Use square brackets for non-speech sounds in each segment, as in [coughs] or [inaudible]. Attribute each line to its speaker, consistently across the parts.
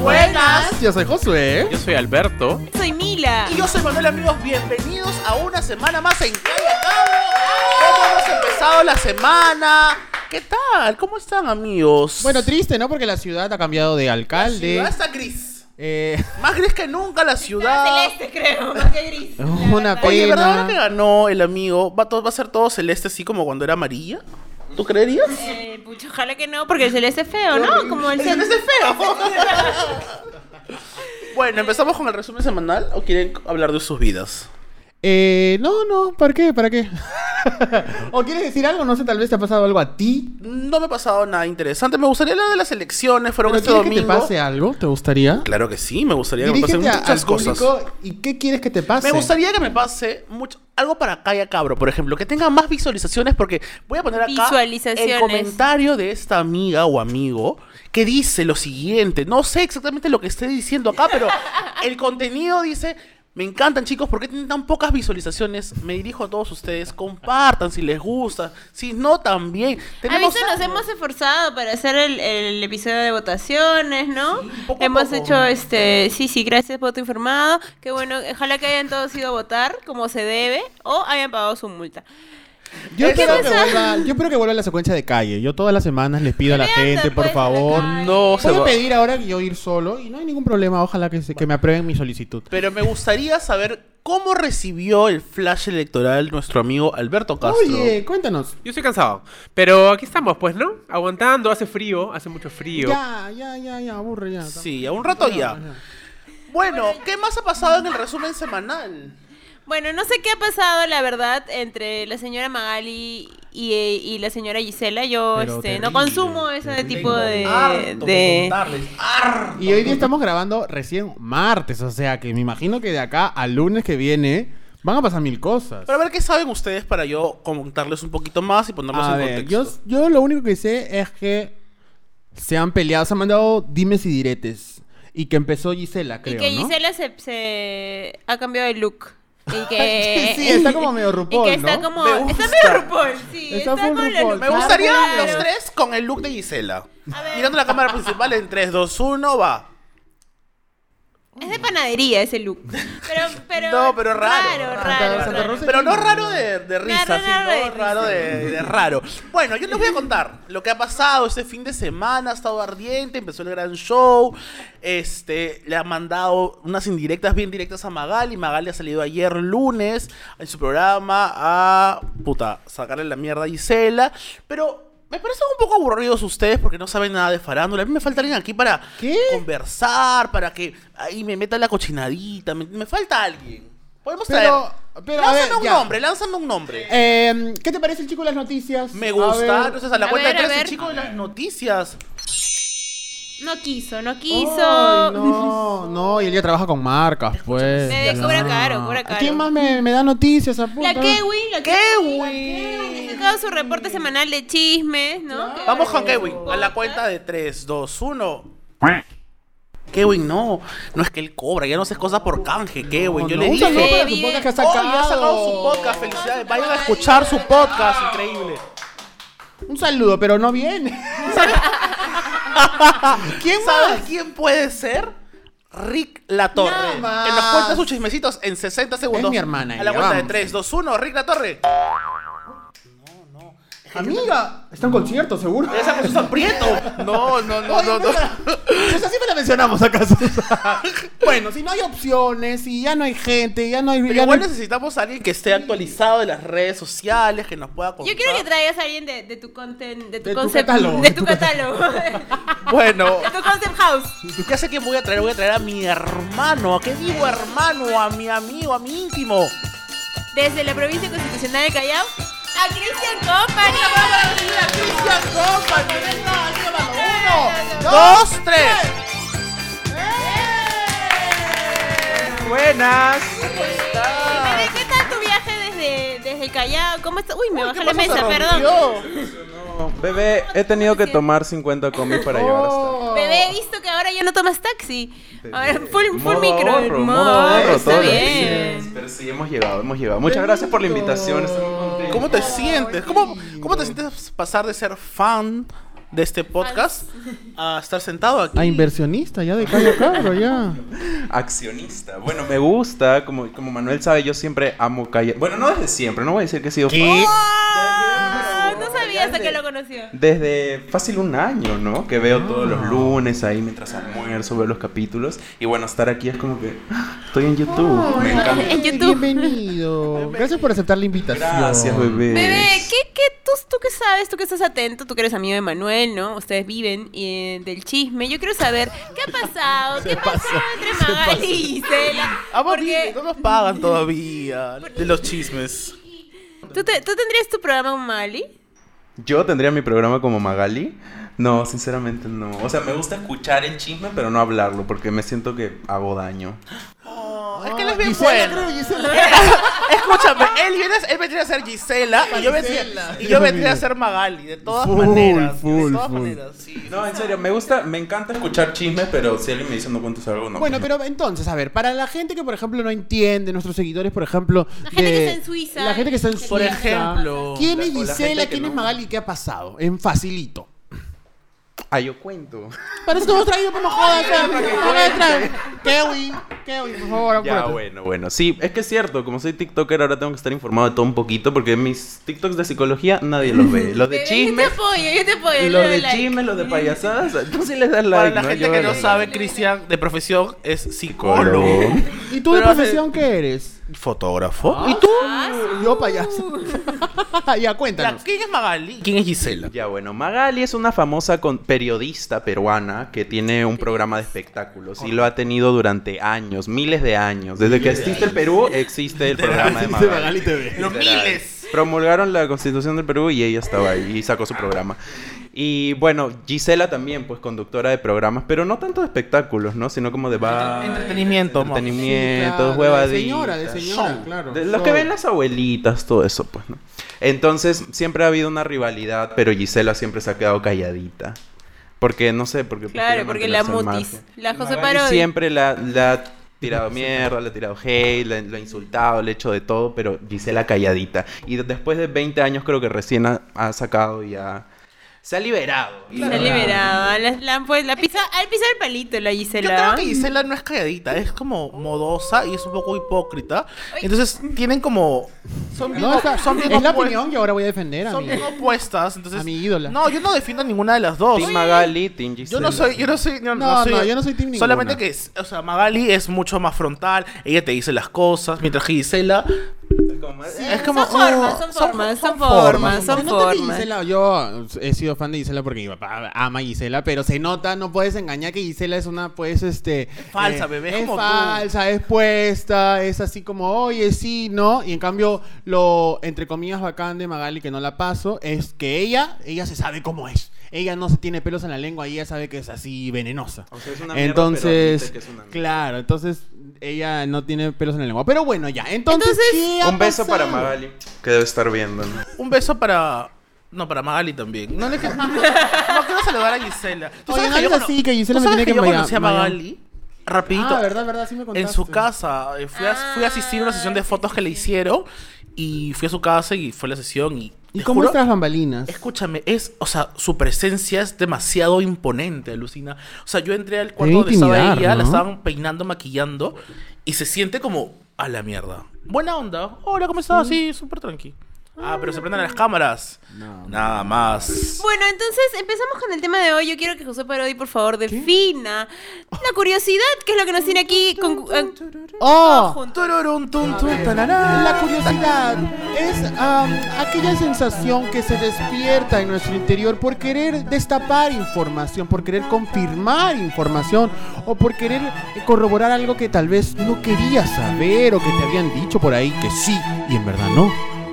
Speaker 1: buenas.
Speaker 2: Yo soy Josué.
Speaker 3: Yo soy Alberto.
Speaker 1: Soy Mila.
Speaker 2: Y yo soy Manuel, amigos. Bienvenidos a una semana más en Calla Cabo. ¿Cómo hemos empezado la semana? ¿Qué tal? ¿Cómo están, amigos?
Speaker 4: Bueno, triste, ¿no? Porque la ciudad ha cambiado de
Speaker 2: la
Speaker 4: alcalde.
Speaker 2: ciudad está gris.
Speaker 4: Eh,
Speaker 2: Más gris que nunca la ciudad.
Speaker 1: celeste, creo, más que gris. la
Speaker 4: Una
Speaker 1: verdad.
Speaker 4: pe-
Speaker 2: Oye, ¿verdad
Speaker 4: Pena.
Speaker 2: ahora que ganó el amigo? ¿Va, todo- va a ser todo celeste así como cuando era amarilla? ¿Tú creerías?
Speaker 1: Eh, pucha, ojalá que no, porque el celeste es feo, ¿no? Como el
Speaker 2: Ese no es
Speaker 1: celeste.
Speaker 2: el feo. [laughs] bueno, empezamos con el resumen semanal o quieren hablar de sus vidas.
Speaker 4: eh, no, no, ¿para qué? ¿Para qué? [laughs] ¿O quieres decir algo? No sé, tal vez te ha pasado algo a ti.
Speaker 2: No me ha pasado nada interesante. Me gustaría hablar de las elecciones, fueron
Speaker 4: ¿Pero
Speaker 2: este
Speaker 4: quieres que
Speaker 2: domingo.
Speaker 4: te pase algo? ¿Te gustaría?
Speaker 2: Claro que sí, me gustaría que me pasen
Speaker 4: Dirígete a-
Speaker 2: muchas
Speaker 4: al
Speaker 2: cosas.
Speaker 4: público y ¿qué quieres que te pase?
Speaker 2: Me gustaría que me pase mucho algo para Calla Cabro, por ejemplo, que tenga más visualizaciones porque voy a poner acá
Speaker 1: Visualizaciones.
Speaker 2: el comentario de esta amiga o amigo que dice lo siguiente, no sé exactamente lo que esté diciendo acá,
Speaker 1: [laughs]
Speaker 2: pero el contenido dice, "Me encantan, chicos, ¿por qué tienen tan pocas visualizaciones? Me dirijo a todos ustedes, compartan si les gusta, si no también."
Speaker 1: A
Speaker 2: Tenemos
Speaker 1: veces nos hemos esforzado para hacer el, el episodio de votaciones, ¿no?
Speaker 2: Sí, poco a
Speaker 1: hemos
Speaker 2: poco.
Speaker 1: hecho este, sí, sí, gracias, voto informado. Que bueno, ojalá que hayan todos ido a votar como se debe o hayan pagado su multa.
Speaker 4: Yo
Speaker 2: ¿Qué
Speaker 4: espero, que
Speaker 1: pasa?
Speaker 4: vuelva, yo espero que vuelva la secuencia de calle. Yo todas las semanas les pido a la
Speaker 1: Leandro,
Speaker 4: gente, por
Speaker 1: pues, a la
Speaker 4: favor.
Speaker 1: calle.
Speaker 3: No se
Speaker 4: Voy a
Speaker 3: va.
Speaker 4: pedir ahora que yo ir solo y no hay ningún problema. Ojalá que, se- que me aprueben mi solicitud.
Speaker 2: Pero me gustaría saber cómo recibió el flash electoral nuestro amigo Alberto Castro.
Speaker 4: Oye, cuéntanos.
Speaker 3: Yo estoy cansado. Pero aquí estamos, pues, ¿no? Aguantando, hace frío, hace mucho frío.
Speaker 4: Ya, ya, ya, ya, aburre ya.
Speaker 2: Sí, a un rato ya. Bueno, ¿qué más ha pasado en el resumen semanal?
Speaker 1: Bueno, no sé qué ha pasado, la verdad, entre la señora Magali y, y la señora Gisela. Yo
Speaker 4: Pero
Speaker 1: este,
Speaker 4: terrible,
Speaker 1: no consumo ese tipo de...
Speaker 2: Harto que
Speaker 1: de-
Speaker 2: contarles, harto.
Speaker 4: Y hoy día estamos grabando recién martes, o sea que me imagino que de acá al lunes que viene van a pasar mil cosas.
Speaker 2: Pero a ver qué saben ustedes para yo comentarles un poquito más y ponerlos
Speaker 4: A
Speaker 2: en
Speaker 4: ver, yo,
Speaker 2: contexto.
Speaker 4: yo lo único que sé es que se han peleado, se han mandado dimes y diretes. Y que empezó Gisela, creo,
Speaker 1: y que
Speaker 4: ¿no?
Speaker 1: Gisela se, se ha cambiado de look.
Speaker 4: [laughs]
Speaker 1: Y que...
Speaker 4: Sí, sí, está como
Speaker 1: [laughs]
Speaker 4: medio
Speaker 1: Y
Speaker 4: RuPaul,
Speaker 1: que está
Speaker 4: ¿no?
Speaker 1: como...
Speaker 2: Me
Speaker 1: Está
Speaker 2: gusta.
Speaker 1: medio RuPaul, sí.
Speaker 4: Está
Speaker 1: Está, con
Speaker 4: full
Speaker 1: la
Speaker 4: RuPaul.
Speaker 1: look.
Speaker 2: Me gustaría
Speaker 1: Claro.
Speaker 2: los tres con el look de Gisela.
Speaker 1: A ver.
Speaker 2: Mirando la cámara principal en 3, 2, 1, va.
Speaker 1: Es de panadería ese
Speaker 4: [laughs]
Speaker 1: look. Pero, pero...
Speaker 2: No, pero raro.
Speaker 1: Raro,
Speaker 2: Santa-
Speaker 1: raro.
Speaker 4: Santa
Speaker 1: raro.
Speaker 4: Rosa-
Speaker 2: Pero no raro de, de risa,
Speaker 1: Raro,
Speaker 2: sino
Speaker 1: raro de risa.
Speaker 2: raro de, de raro. Bueno, yo les
Speaker 1: [laughs]
Speaker 2: voy a contar lo que ha pasado este fin de semana. Ha estado ardiente, empezó el gran show. Este, le han mandado unas indirectas, bien directas a Magali. Magali ha salido ayer lunes en su programa a, puta, sacarle la mierda a Gisela. Pero... Me parecen un poco aburridos ustedes porque no saben nada de farándula. A mí me falta alguien aquí para
Speaker 4: ¿Qué?
Speaker 2: conversar, para que ahí me meta la cochinadita. Me, me falta alguien. Podemos
Speaker 4: Pero-
Speaker 2: traer.
Speaker 4: pero, a
Speaker 2: lánzame
Speaker 4: ver,
Speaker 2: un
Speaker 4: ya.
Speaker 2: nombre, lánzame un nombre.
Speaker 4: Eh, ¿Qué te parece el chico de las noticias?
Speaker 2: me
Speaker 4: A
Speaker 2: gusta.
Speaker 4: ver.
Speaker 2: Entonces, a la
Speaker 1: A
Speaker 2: cuenta
Speaker 1: ver, a
Speaker 2: de tres, el
Speaker 1: ver.
Speaker 2: chico de las noticias.
Speaker 1: No quiso, no quiso.
Speaker 4: Ay, no, no, y él ya trabaja con marcas, pues.
Speaker 1: Me
Speaker 4: Ya
Speaker 1: cobra
Speaker 4: no.
Speaker 1: caro, cobra caro.
Speaker 4: ¿Quién más me, me da noticias?
Speaker 1: La
Speaker 4: apunta?
Speaker 1: Kewi, la
Speaker 2: Kewi.
Speaker 1: Kewi. Ha sacado su reporte semanal de chismes, ¿no? Que-
Speaker 2: Vamos con Kevin. A la cuenta de 3, 2, 1. Kevin, no. No es que él cobra, ya no haces cosas por canje, Kevin. Yo
Speaker 4: No,
Speaker 2: le
Speaker 4: un saludo
Speaker 2: dije.
Speaker 4: para su podcast que ha
Speaker 2: Oh,
Speaker 4: sacado.
Speaker 2: ya ha sacado su podcast, felicidades. Vayan a escuchar su podcast, increíble.
Speaker 4: Un saludo, pero no
Speaker 2: [laughs]
Speaker 4: viene.
Speaker 2: ¿Quién ¿Sabes quién puede ser? Rick La Torre.
Speaker 4: Nada más.
Speaker 2: Que nos cuenta sus chismecitos en 60 segundos.
Speaker 4: mi hermana
Speaker 2: A la
Speaker 4: ella,
Speaker 2: cuenta de
Speaker 4: vamos.
Speaker 2: 3, 2, 1, Rick La Torre.
Speaker 4: Amiga, está en concierto, seguro.
Speaker 2: Esa
Speaker 4: [laughs]
Speaker 2: con Susan Prieto. No, no, no,
Speaker 4: Oye,
Speaker 2: no, no.
Speaker 4: espera. Esa sí me la
Speaker 2: [laughs]
Speaker 4: mencionamos acaso. bueno, si no hay opciones, si ya no hay gente, ya no hay.
Speaker 2: Pero
Speaker 4: ya
Speaker 2: igual
Speaker 4: no hay-
Speaker 2: necesitamos a alguien que esté actualizado de las redes sociales, que nos pueda contar.
Speaker 1: Yo quiero que traigas a alguien de, de tu content, de tu
Speaker 4: De tu
Speaker 1: concept,
Speaker 4: catálogo.
Speaker 1: de tu catálogo, de
Speaker 2: [laughs] Bueno,
Speaker 1: tu concept house.
Speaker 2: ya sé quién voy a traer. Voy a traer a mi hermano. ¿A qué digo hermano? A mi amigo, a mi íntimo.
Speaker 1: Desde la provincia constitucional de Callao, a Christian Company.
Speaker 2: Cristian Company. Uno, dos, tres.
Speaker 3: Buenas.
Speaker 1: Bebé, ¿Qué tal tu viaje desde, desde el Callao? ¿Cómo estás? Uy, me bajé la
Speaker 2: ¿Qué pasa?
Speaker 1: mesa,
Speaker 2: Se
Speaker 1: perdón.
Speaker 2: rompió.
Speaker 5: Bebé, he tenido que tomar 50 combis para llegar hasta.
Speaker 2: Oh.
Speaker 1: Bebé, he visto que ahora ya no tomas taxi. Ahora full, full
Speaker 5: Modo
Speaker 1: micro.
Speaker 5: ahorro,
Speaker 1: Hermoso,
Speaker 5: modo ahorro,
Speaker 1: está
Speaker 5: todo.
Speaker 1: bien.
Speaker 5: Pero sí, hemos llegado, hemos llegado. Muchas gracias por la invitación. estoy muy contento.
Speaker 2: ¿Cómo te sientes? ¿Cómo, ¿Cómo te sientes pasar de ser fan de este podcast a estar sentado aquí.
Speaker 4: A Ah, inversionista, ya de callo cabro, ya.
Speaker 5: Accionista. Bueno, me gusta, como, como Manuel sabe, yo siempre amo callar. Bueno, no desde siempre, no voy a decir que he sido fan.
Speaker 1: Ah, No sabía hasta que lo conoció.
Speaker 5: Desde fácil un año, ¿no? Que veo todos los lunes ahí mientras almuerzo, veo los capítulos. Y bueno, estar aquí es como que ¡ah! estoy en YouTube. Me encanta.
Speaker 1: En YouTube.
Speaker 4: Bienvenido. Gracias por aceptar la invitación.
Speaker 5: Gracias, bebé.
Speaker 1: Bebé, ¿qué, qué, tú, tú qué sabes? Tú que estás atento, tú que eres amigo de Manuel, ¿no? Ustedes viven eh, del chisme. Yo quiero saber qué ha pasado, qué ha pasado entre Magali y Gisela.
Speaker 2: Amor,
Speaker 1: Porque
Speaker 2: Ah, dime, no nos pagan todavía de los chismes.
Speaker 1: ¿tú, te- tú tendrías tu programa con Magali.
Speaker 5: Yo tendría mi programa como Magali. No, sinceramente no. O sea, me gusta escuchar el chisme, pero no hablarlo, porque me siento que hago daño.
Speaker 2: es que él es bien
Speaker 4: Gisela,
Speaker 2: bueno. [laughs]
Speaker 4: creo, Gisela.
Speaker 2: Escúchame, él, viene, él vendría a ser Gisela y yo vendría, y yo vendría a ser Magali, de todas
Speaker 4: Full,
Speaker 2: maneras.
Speaker 4: full,
Speaker 2: de todas
Speaker 4: full.
Speaker 2: maneras, sí.
Speaker 5: No, en serio, me gusta, me encanta escuchar chismes, pero si alguien me dice no cuento algo, no.
Speaker 4: Bueno, pero entonces, a ver, para la gente que, por ejemplo, no entiende, nuestros seguidores, por ejemplo.
Speaker 1: La gente que está en Suiza.
Speaker 4: La gente que está en
Speaker 1: Por
Speaker 4: Suiza.
Speaker 2: ejemplo.
Speaker 4: ¿Quién
Speaker 5: La-
Speaker 4: es
Speaker 5: o la
Speaker 4: Gisela?
Speaker 5: gente que
Speaker 4: ¿Quién es
Speaker 5: no.
Speaker 4: Magali? ¿Qué ha pasado? En facilito.
Speaker 5: Ah, yo cuento.
Speaker 4: Para eso te hemos traído pues, como joda, Kevin. Kevin, Kevin, por favor,
Speaker 5: Ya,
Speaker 4: apúrate.
Speaker 5: bueno, bueno. Sí, es que es cierto, como soy TikToker, ahora tengo que estar informado de todo un poquito, porque mis TikToks de psicología nadie los ve.
Speaker 2: [laughs]
Speaker 5: Los de
Speaker 1: Bebé, Yo
Speaker 5: chismes,
Speaker 1: te apoyo, yo te apoyo. yo le
Speaker 5: los
Speaker 1: doy
Speaker 5: de
Speaker 1: like.
Speaker 5: chismes, los de payasadas, [laughs] tú sí les das
Speaker 2: Para
Speaker 5: like.
Speaker 2: la gente
Speaker 5: Yo
Speaker 2: que
Speaker 5: le
Speaker 2: no
Speaker 5: doy
Speaker 2: sabe,
Speaker 5: like.
Speaker 2: Cristian, de profesión, es psicólogo.
Speaker 4: ¿Y tú de
Speaker 2: Pero hace-
Speaker 4: profesión qué eres?
Speaker 2: ¿Fotógrafo?
Speaker 4: ¿Y tú? Yo payaso. [laughs] ya,
Speaker 2: La-
Speaker 4: cuéntanos.
Speaker 2: ¿Quién es Magali? ¿Quién es Gisela?
Speaker 5: Ya bueno, Magali es una famosa con- periodista peruana que tiene un programa de espectáculos y lo ha tenido durante años, miles de años. Desde que existe el Perú existe el programa de Magali.
Speaker 4: TV.
Speaker 2: Pero
Speaker 5: Literal.
Speaker 2: miles.
Speaker 5: Promulgaron la constitución del Perú y ella estaba ahí y sacó su programa. Y bueno, Gisela también, pues conductora de programas, pero no tanto de espectáculos, ¿no? Sino como de bar,
Speaker 2: Entretenimiento, amor.
Speaker 5: entretenimiento, huevaditas.
Speaker 4: Señora, de señora, claro.
Speaker 5: De los que ven las abuelitas, todo eso, pues, ¿no? Entonces, siempre ha habido una rivalidad, pero Gisela siempre se ha quedado calladita. Porque, no sé, porque... prefiere
Speaker 1: Claro, porque la
Speaker 5: mantenerse al
Speaker 1: mutis.
Speaker 5: margen.
Speaker 1: La José
Speaker 5: Magali
Speaker 1: Parodi.
Speaker 5: siempre la, la ha tirado mierda, le ha tirado hate, la, la ha insultado, le ha hecho de todo, pero Gisela calladita. Y de- después de 20 años creo que recién ha, ha sacado y ha... Se ha liberado.
Speaker 1: Se ha liberado. La, la- pues, la pisa, al pisar el palito, la
Speaker 2: Yo
Speaker 1: Gisela.
Speaker 2: creo que Gisela no es calladita, es como modosa y es un poco hipócrita. Entonces tienen como. Son bien,
Speaker 4: No, esa-
Speaker 2: son bien
Speaker 4: es la
Speaker 2: opues-
Speaker 4: opinión que ahora voy a defender a
Speaker 2: Son
Speaker 4: mí.
Speaker 2: bien opuestas. Entonces,
Speaker 4: A mi ídola.
Speaker 2: No, yo no defiendo a ninguna de las dos.
Speaker 5: Team Magali, Team Gisela.
Speaker 2: Yo no soy, yo no soy, no,
Speaker 4: No, no, yo no soy team ninguna.
Speaker 2: Solamente que, es- o sea, Magali es mucho más frontal, ella te dice las cosas, mientras que Gisela
Speaker 5: Como-
Speaker 2: es como...
Speaker 1: son formas,
Speaker 2: oh,
Speaker 1: son formas, son formas, son
Speaker 4: Se nota que
Speaker 1: formas.
Speaker 4: Gisela- yo he sido fan de Gisela porque mi papá ama a Gisela, pero se nota, no puedes engañar que Gisela es una, pues, este...
Speaker 2: falsa, bebé, es
Speaker 4: Es
Speaker 2: como tú.
Speaker 4: falsa, es puesta, es así como, oye, sí, ¿no? Y en cambio, lo, entre comillas, bacán de Magali, que no la paso, es que ella, ella se sabe cómo es. Ella no se tiene pelos en la lengua y ella sabe que es así venenosa.
Speaker 5: O sea, es una mierda,
Speaker 4: entonces,
Speaker 5: pero admite que es una mierda.
Speaker 4: claro, entonces ella no tiene pelos en la lengua. Pero bueno, ya, entonces...
Speaker 1: Entonces,
Speaker 4: ¿qué ha
Speaker 5: Un beso para
Speaker 4: pasado?
Speaker 5: Magali, que debe estar viendo, ¿no?
Speaker 2: Un beso para... No, para Magali también. No le quiero, no quiero saludar a Gisela. ¿Tú
Speaker 4: Oye,
Speaker 2: sabes
Speaker 4: no
Speaker 2: que yo,
Speaker 4: digas
Speaker 2: cono-
Speaker 4: así, que Gisela
Speaker 2: ¿tú
Speaker 4: me
Speaker 2: sabes
Speaker 4: tiene
Speaker 2: que
Speaker 4: que
Speaker 2: yo
Speaker 4: enviar-
Speaker 2: conocí a
Speaker 4: enviar.
Speaker 2: Magali? Rapidito.
Speaker 4: Ah, verdad, verdad, sí me contaste. Ah,
Speaker 2: en su casa. eh, Fui a, fui a asistir a una sesión de fotos que le hicieron y fui a su casa y fue la sesión y...
Speaker 4: ¿Y
Speaker 2: te
Speaker 4: cómo
Speaker 2: juro-
Speaker 4: estás, bambalinas?
Speaker 2: Escúchame, es, o sea, su presencia es demasiado imponente, alucina. O sea, yo entré al
Speaker 4: Debe
Speaker 2: cuarto donde estaba
Speaker 4: intimidar,
Speaker 2: ella, la
Speaker 4: ¿no?
Speaker 2: estaban peinando, maquillando, y se siente como a la mierda. Buena onda. Hola, ¿cómo estás? Sí, súper tranqui. Ah, pero se prenden las cámaras. Nada más.
Speaker 1: Bueno, entonces empezamos con el tema de hoy. Yo quiero que José Parodi, por favor, defina la curiosidad, que es lo que nos tiene aquí con, eh,
Speaker 4: ¡Oh!
Speaker 1: juntos.
Speaker 2: Tururun, tun, tun, tararán.
Speaker 4: La curiosidad es am, aquella sensación que se despierta en nuestro interior por querer destapar información, por querer confirmar información o por querer corroborar algo que tal vez no querías saber o que te habían dicho por ahí que sí y en verdad no.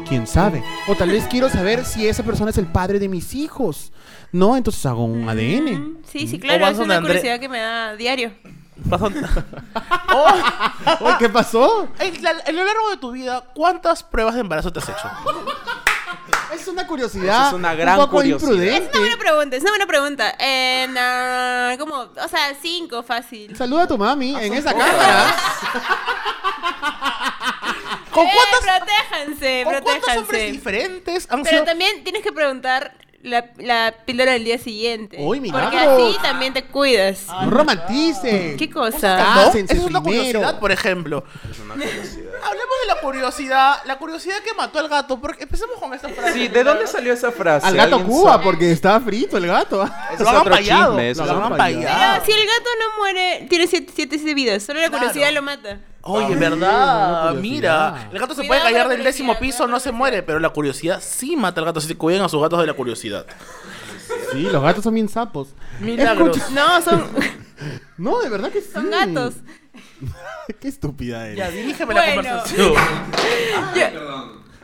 Speaker 4: ¿Quién sabe? O tal vez quiero saber si esa persona es el padre de mis hijos. No, entonces hago un ADN.
Speaker 1: Mm, Sí, sí,
Speaker 2: O
Speaker 1: claro,
Speaker 2: vas
Speaker 1: es
Speaker 2: donde
Speaker 1: una
Speaker 2: André-
Speaker 1: curiosidad que me da diario.
Speaker 2: Pasan- [laughs] Oh,
Speaker 4: Oye, ¿Qué pasó?
Speaker 2: en la- en lo largo de tu vida, ¿cuántas pruebas de embarazo te has hecho?
Speaker 4: Es una curiosidad.
Speaker 5: Es una gran
Speaker 4: un poco
Speaker 5: curiosidad.
Speaker 1: Es una
Speaker 4: imprudente.
Speaker 1: buena pregunta, es una buena pregunta. Eh, na- como, o sea, cinco, fácil.
Speaker 4: Saluda a tu mami
Speaker 1: Ah,
Speaker 4: en esa cámara.
Speaker 2: ¿Con
Speaker 1: Eh,
Speaker 2: cuántas,
Speaker 1: protéjanse,
Speaker 2: con cuántos hombres
Speaker 1: Eh, protéjanse.
Speaker 2: diferentes han
Speaker 1: Pero
Speaker 2: sido
Speaker 1: también tienes que preguntar la, la píldora del día siguiente.
Speaker 4: ¡Uy, Ah.
Speaker 1: Porque
Speaker 4: milagros!
Speaker 1: así también te cuidas.
Speaker 4: No romanticen.
Speaker 1: Ah. ¿Qué
Speaker 4: Ah,
Speaker 1: cosa?
Speaker 2: ¿No?
Speaker 4: Cásense
Speaker 2: Esa es una
Speaker 4: primero.
Speaker 2: curiosidad, por ejemplo.
Speaker 5: Es una curiosidad.
Speaker 2: Hablemos de la curiosidad, la curiosidad que mató al gato, porque empecemos con esta frase.
Speaker 5: Sí, ¿de dónde salió esa frase?
Speaker 4: Al gato
Speaker 5: ¿Alguien
Speaker 4: Cuba,
Speaker 5: sabe?
Speaker 4: porque estaba frito el gato.
Speaker 2: Lo
Speaker 5: Ese es
Speaker 2: han
Speaker 5: otro
Speaker 2: payado,
Speaker 5: chisme, eso
Speaker 2: lo
Speaker 5: es otro
Speaker 2: han
Speaker 4: otro chisme.
Speaker 2: payado.
Speaker 1: Pero si el gato no muere, tiene siete, siete, siete vidas. Solo la
Speaker 2: Ah. Claro.
Speaker 1: curiosidad lo mata.
Speaker 2: Oye,
Speaker 4: Ah,
Speaker 2: ¿verdad?
Speaker 4: una curiosidad.
Speaker 2: Mira, el gato se puede
Speaker 1: Cuidado con la
Speaker 2: callar del décimo
Speaker 1: curiosidad,
Speaker 2: piso, no se muere, pero la curiosidad sí mata al gato, así que cuiden a sus gatos de la curiosidad.
Speaker 4: Sí, los gatos son bien sapos.
Speaker 2: Milagros.
Speaker 4: Escucha-
Speaker 1: No, son,
Speaker 4: No, de verdad que sí.
Speaker 1: son gatos.
Speaker 4: [laughs] Qué estúpida
Speaker 2: [laughs]
Speaker 4: eres.
Speaker 2: Ya, dirígeme la
Speaker 1: Bueno.
Speaker 2: conversación.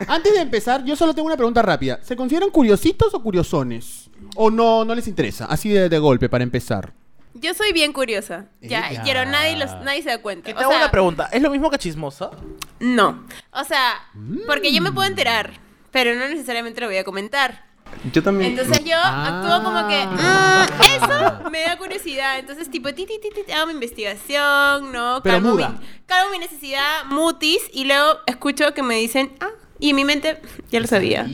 Speaker 4: Antes de empezar, yo solo tengo una pregunta rápida. ¿Se consideran curiositos o curiosones? ¿O no, no les interesa? Así de, de golpe, para empezar.
Speaker 1: Yo soy bien curiosa. Ya,
Speaker 4: Ella.
Speaker 1: pero nadie, los, nadie se da cuenta.
Speaker 2: Y
Speaker 1: O
Speaker 2: te hago
Speaker 1: sea,
Speaker 2: una pregunta, ¿es lo mismo que chismosa?
Speaker 1: No. O sea,
Speaker 4: Mm.
Speaker 1: porque yo me puedo enterar, pero no necesariamente lo voy a comentar.
Speaker 5: Yo también. Mm.
Speaker 1: Entonces yo
Speaker 4: Ah.
Speaker 1: actúo como que "Ah, eso me da curiosidad. Entonces tipo ti, ti, ti, ti, hago mi investigación, no,
Speaker 4: Pero
Speaker 1: calmo,
Speaker 4: muda.
Speaker 1: Mi, calmo mi necesidad, mutis y luego escucho que me dicen, "Ah", y en mi mente ya lo sabía.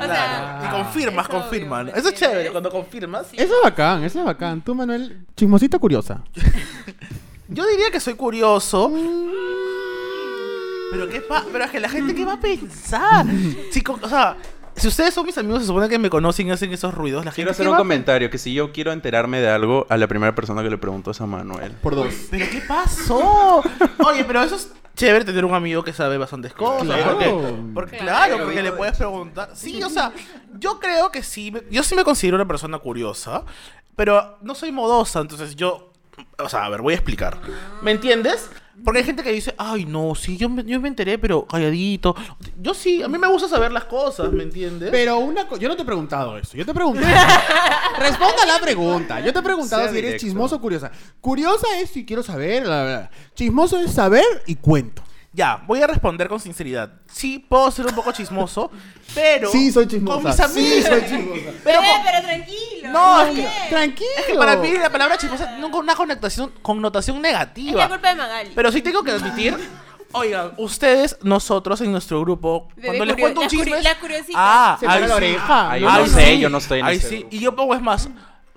Speaker 1: O sea,
Speaker 2: Y confirmas,
Speaker 1: eso obvio,
Speaker 2: confirman.
Speaker 1: ¿me
Speaker 2: Eso es chévere,
Speaker 1: entiendes?
Speaker 2: cuando confirmas.
Speaker 4: Eso es bacán, eso es bacán. Tú, Manuel, chismosita curiosa.
Speaker 2: Yo diría que soy curioso. Pero qué pa- pero es que la gente qué va a pensar. Si con- o sea, si ustedes son mis amigos, se supone que me conocen y hacen esos ruidos. La
Speaker 5: Quiero
Speaker 2: gente
Speaker 5: hacer
Speaker 2: ¿qué
Speaker 5: un
Speaker 2: va a-
Speaker 5: comentario que si yo quiero enterarme de algo, a la primera persona que le pregunto es a Manuel.
Speaker 4: Por dos.
Speaker 2: Pero qué pasó. Oye, pero eso es chévere tener un amigo que sabe bastantes cosas.
Speaker 4: Claro.
Speaker 2: Porque,
Speaker 4: Oh.
Speaker 2: porque- claro, porque le puedes preguntar. Sí, o sea, yo creo que sí. me- Yo sí me considero una persona curiosa, pero no soy modosa, entonces yo. O sea, a ver, voy a explicar. ¿Me entiendes? Porque hay gente que dice, ay, no, sí, yo me, yo me enteré, pero calladito. Yo sí, a mí me gusta saber las cosas, ¿me entiendes?
Speaker 4: Pero una cosa, yo no te he preguntado eso, yo te he preguntado. Responda la pregunta. Yo te he preguntado
Speaker 5: Sea
Speaker 4: si eres
Speaker 5: directo.
Speaker 4: chismoso o curiosa. Curiosa es si quiero saber, la verdad. Chismoso es saber y cuento.
Speaker 2: Ya, voy a responder con sinceridad. Sí, puedo ser un poco chismoso, pero.
Speaker 4: Sí, soy chismosa.
Speaker 2: Con mis amigos.
Speaker 4: Sí, soy chismosa.
Speaker 1: pero,
Speaker 2: Pero con-
Speaker 1: Eh, pero tranquilo.
Speaker 2: No, es
Speaker 1: está
Speaker 2: que-
Speaker 1: bien.
Speaker 4: Tranquilo.
Speaker 2: Es que para mí la palabra chismosa no con una connotación, connotación
Speaker 1: Es la
Speaker 2: negativa.
Speaker 1: culpa de Magali.
Speaker 2: Pero sí tengo que admitir, oigan, ustedes, nosotros en nuestro grupo,
Speaker 1: Bebé
Speaker 2: cuando les
Speaker 1: curio-
Speaker 2: cuento un
Speaker 1: las curi-
Speaker 2: chisme.
Speaker 1: las curiositas.
Speaker 2: Ah,
Speaker 4: Se para
Speaker 2: ahí
Speaker 4: la
Speaker 2: sí.
Speaker 4: oreja.
Speaker 5: Ay,
Speaker 4: ¿no?
Speaker 5: yo no
Speaker 2: Ahí
Speaker 5: sé,
Speaker 2: sí,
Speaker 5: yo no estoy en
Speaker 2: ahí
Speaker 5: ese
Speaker 2: sí.
Speaker 5: grupo.
Speaker 2: Y yo pongo es más.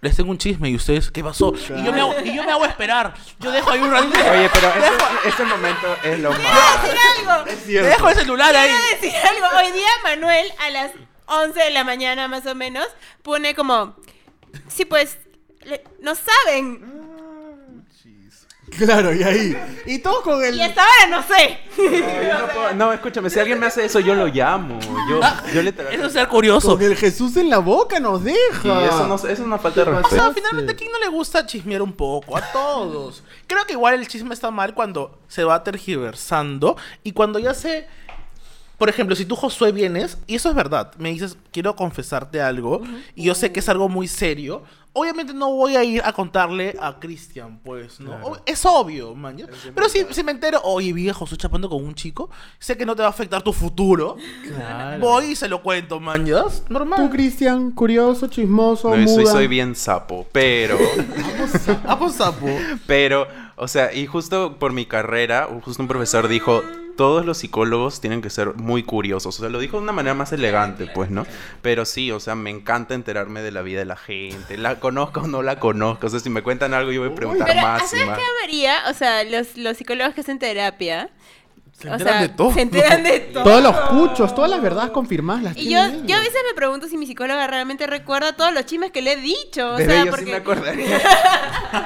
Speaker 2: Les tengo un chisme y ustedes, ¿qué pasó? Y yo me hago, y yo me hago esperar. Yo dejo ahí un ratito.
Speaker 5: Oye, pero ese,
Speaker 2: dejo,
Speaker 5: ese momento es lo
Speaker 1: Quiero
Speaker 5: más.
Speaker 2: [laughs]
Speaker 1: decir algo.
Speaker 2: dejo el celular ahí.
Speaker 1: Quiero decir algo. Hoy día Manuel a las 11 de la mañana más o menos pone como, sí pues, le- no saben.
Speaker 4: Claro, y ahí. Y todos con el.
Speaker 1: Y hasta ahora no sé.
Speaker 5: Yo no, puedo- no, escúchame, si alguien me hace eso, yo lo llamo. Yo, yo
Speaker 2: Eso es
Speaker 5: literalmente.
Speaker 2: ser curioso.
Speaker 4: Con el Jesús en la boca nos deja.
Speaker 5: Y eso no, eso es una falta de
Speaker 2: O sea,
Speaker 5: respeto.
Speaker 2: finalmente, ¿a quién no le gusta chismear un poco? A todos. Creo que igual el chisme está mal cuando se va tergiversando y cuando ya se... Por ejemplo, si tú, Josué, vienes, y eso es verdad, me dices, quiero confesarte algo, y yo sé que es algo muy serio, obviamente no voy a ir a contarle a Cristian, pues, ¿no? Ob- Es obvio, man. ¿ya? Pero si, si me entero, oye, vi a Josué chapando con un chico, sé que no te va a afectar tu futuro, voy y se lo cuento, man. ¿ya? Normal.
Speaker 4: Tú, Cristian, curioso, chismoso,
Speaker 5: No, yo soy,
Speaker 4: muda.
Speaker 5: soy bien sapo, pero,
Speaker 2: Ah, pues, sapo.
Speaker 5: pero, o sea, y justo por mi carrera, justo un profesor dijo, todos los psicólogos tienen que ser muy curiosos. O sea, lo dijo de una manera más elegante, pues, ¿no? Pero sí, o sea, me encanta enterarme de la vida de la gente, la conozco o no la conozco. O sea, si me cuentan algo, yo voy a preguntar
Speaker 1: Pero
Speaker 5: más y
Speaker 1: ¿sabes
Speaker 5: más.
Speaker 1: qué María? O sea, los, los psicólogos que hacen terapia.
Speaker 2: Se
Speaker 1: o
Speaker 2: enteran
Speaker 1: sea,
Speaker 2: de todo.
Speaker 1: Se enteran de todo.
Speaker 4: Todos los cuchos, todas las verdades confirmadas las
Speaker 1: Y yo,
Speaker 4: tienen
Speaker 1: yo a
Speaker 4: ellos.
Speaker 1: veces me pregunto si mi psicóloga realmente recuerda todos los chismes que le he dicho. O
Speaker 5: Bebé,
Speaker 1: sea,
Speaker 5: yo
Speaker 1: porque,
Speaker 5: sí me acordaría. [laughs]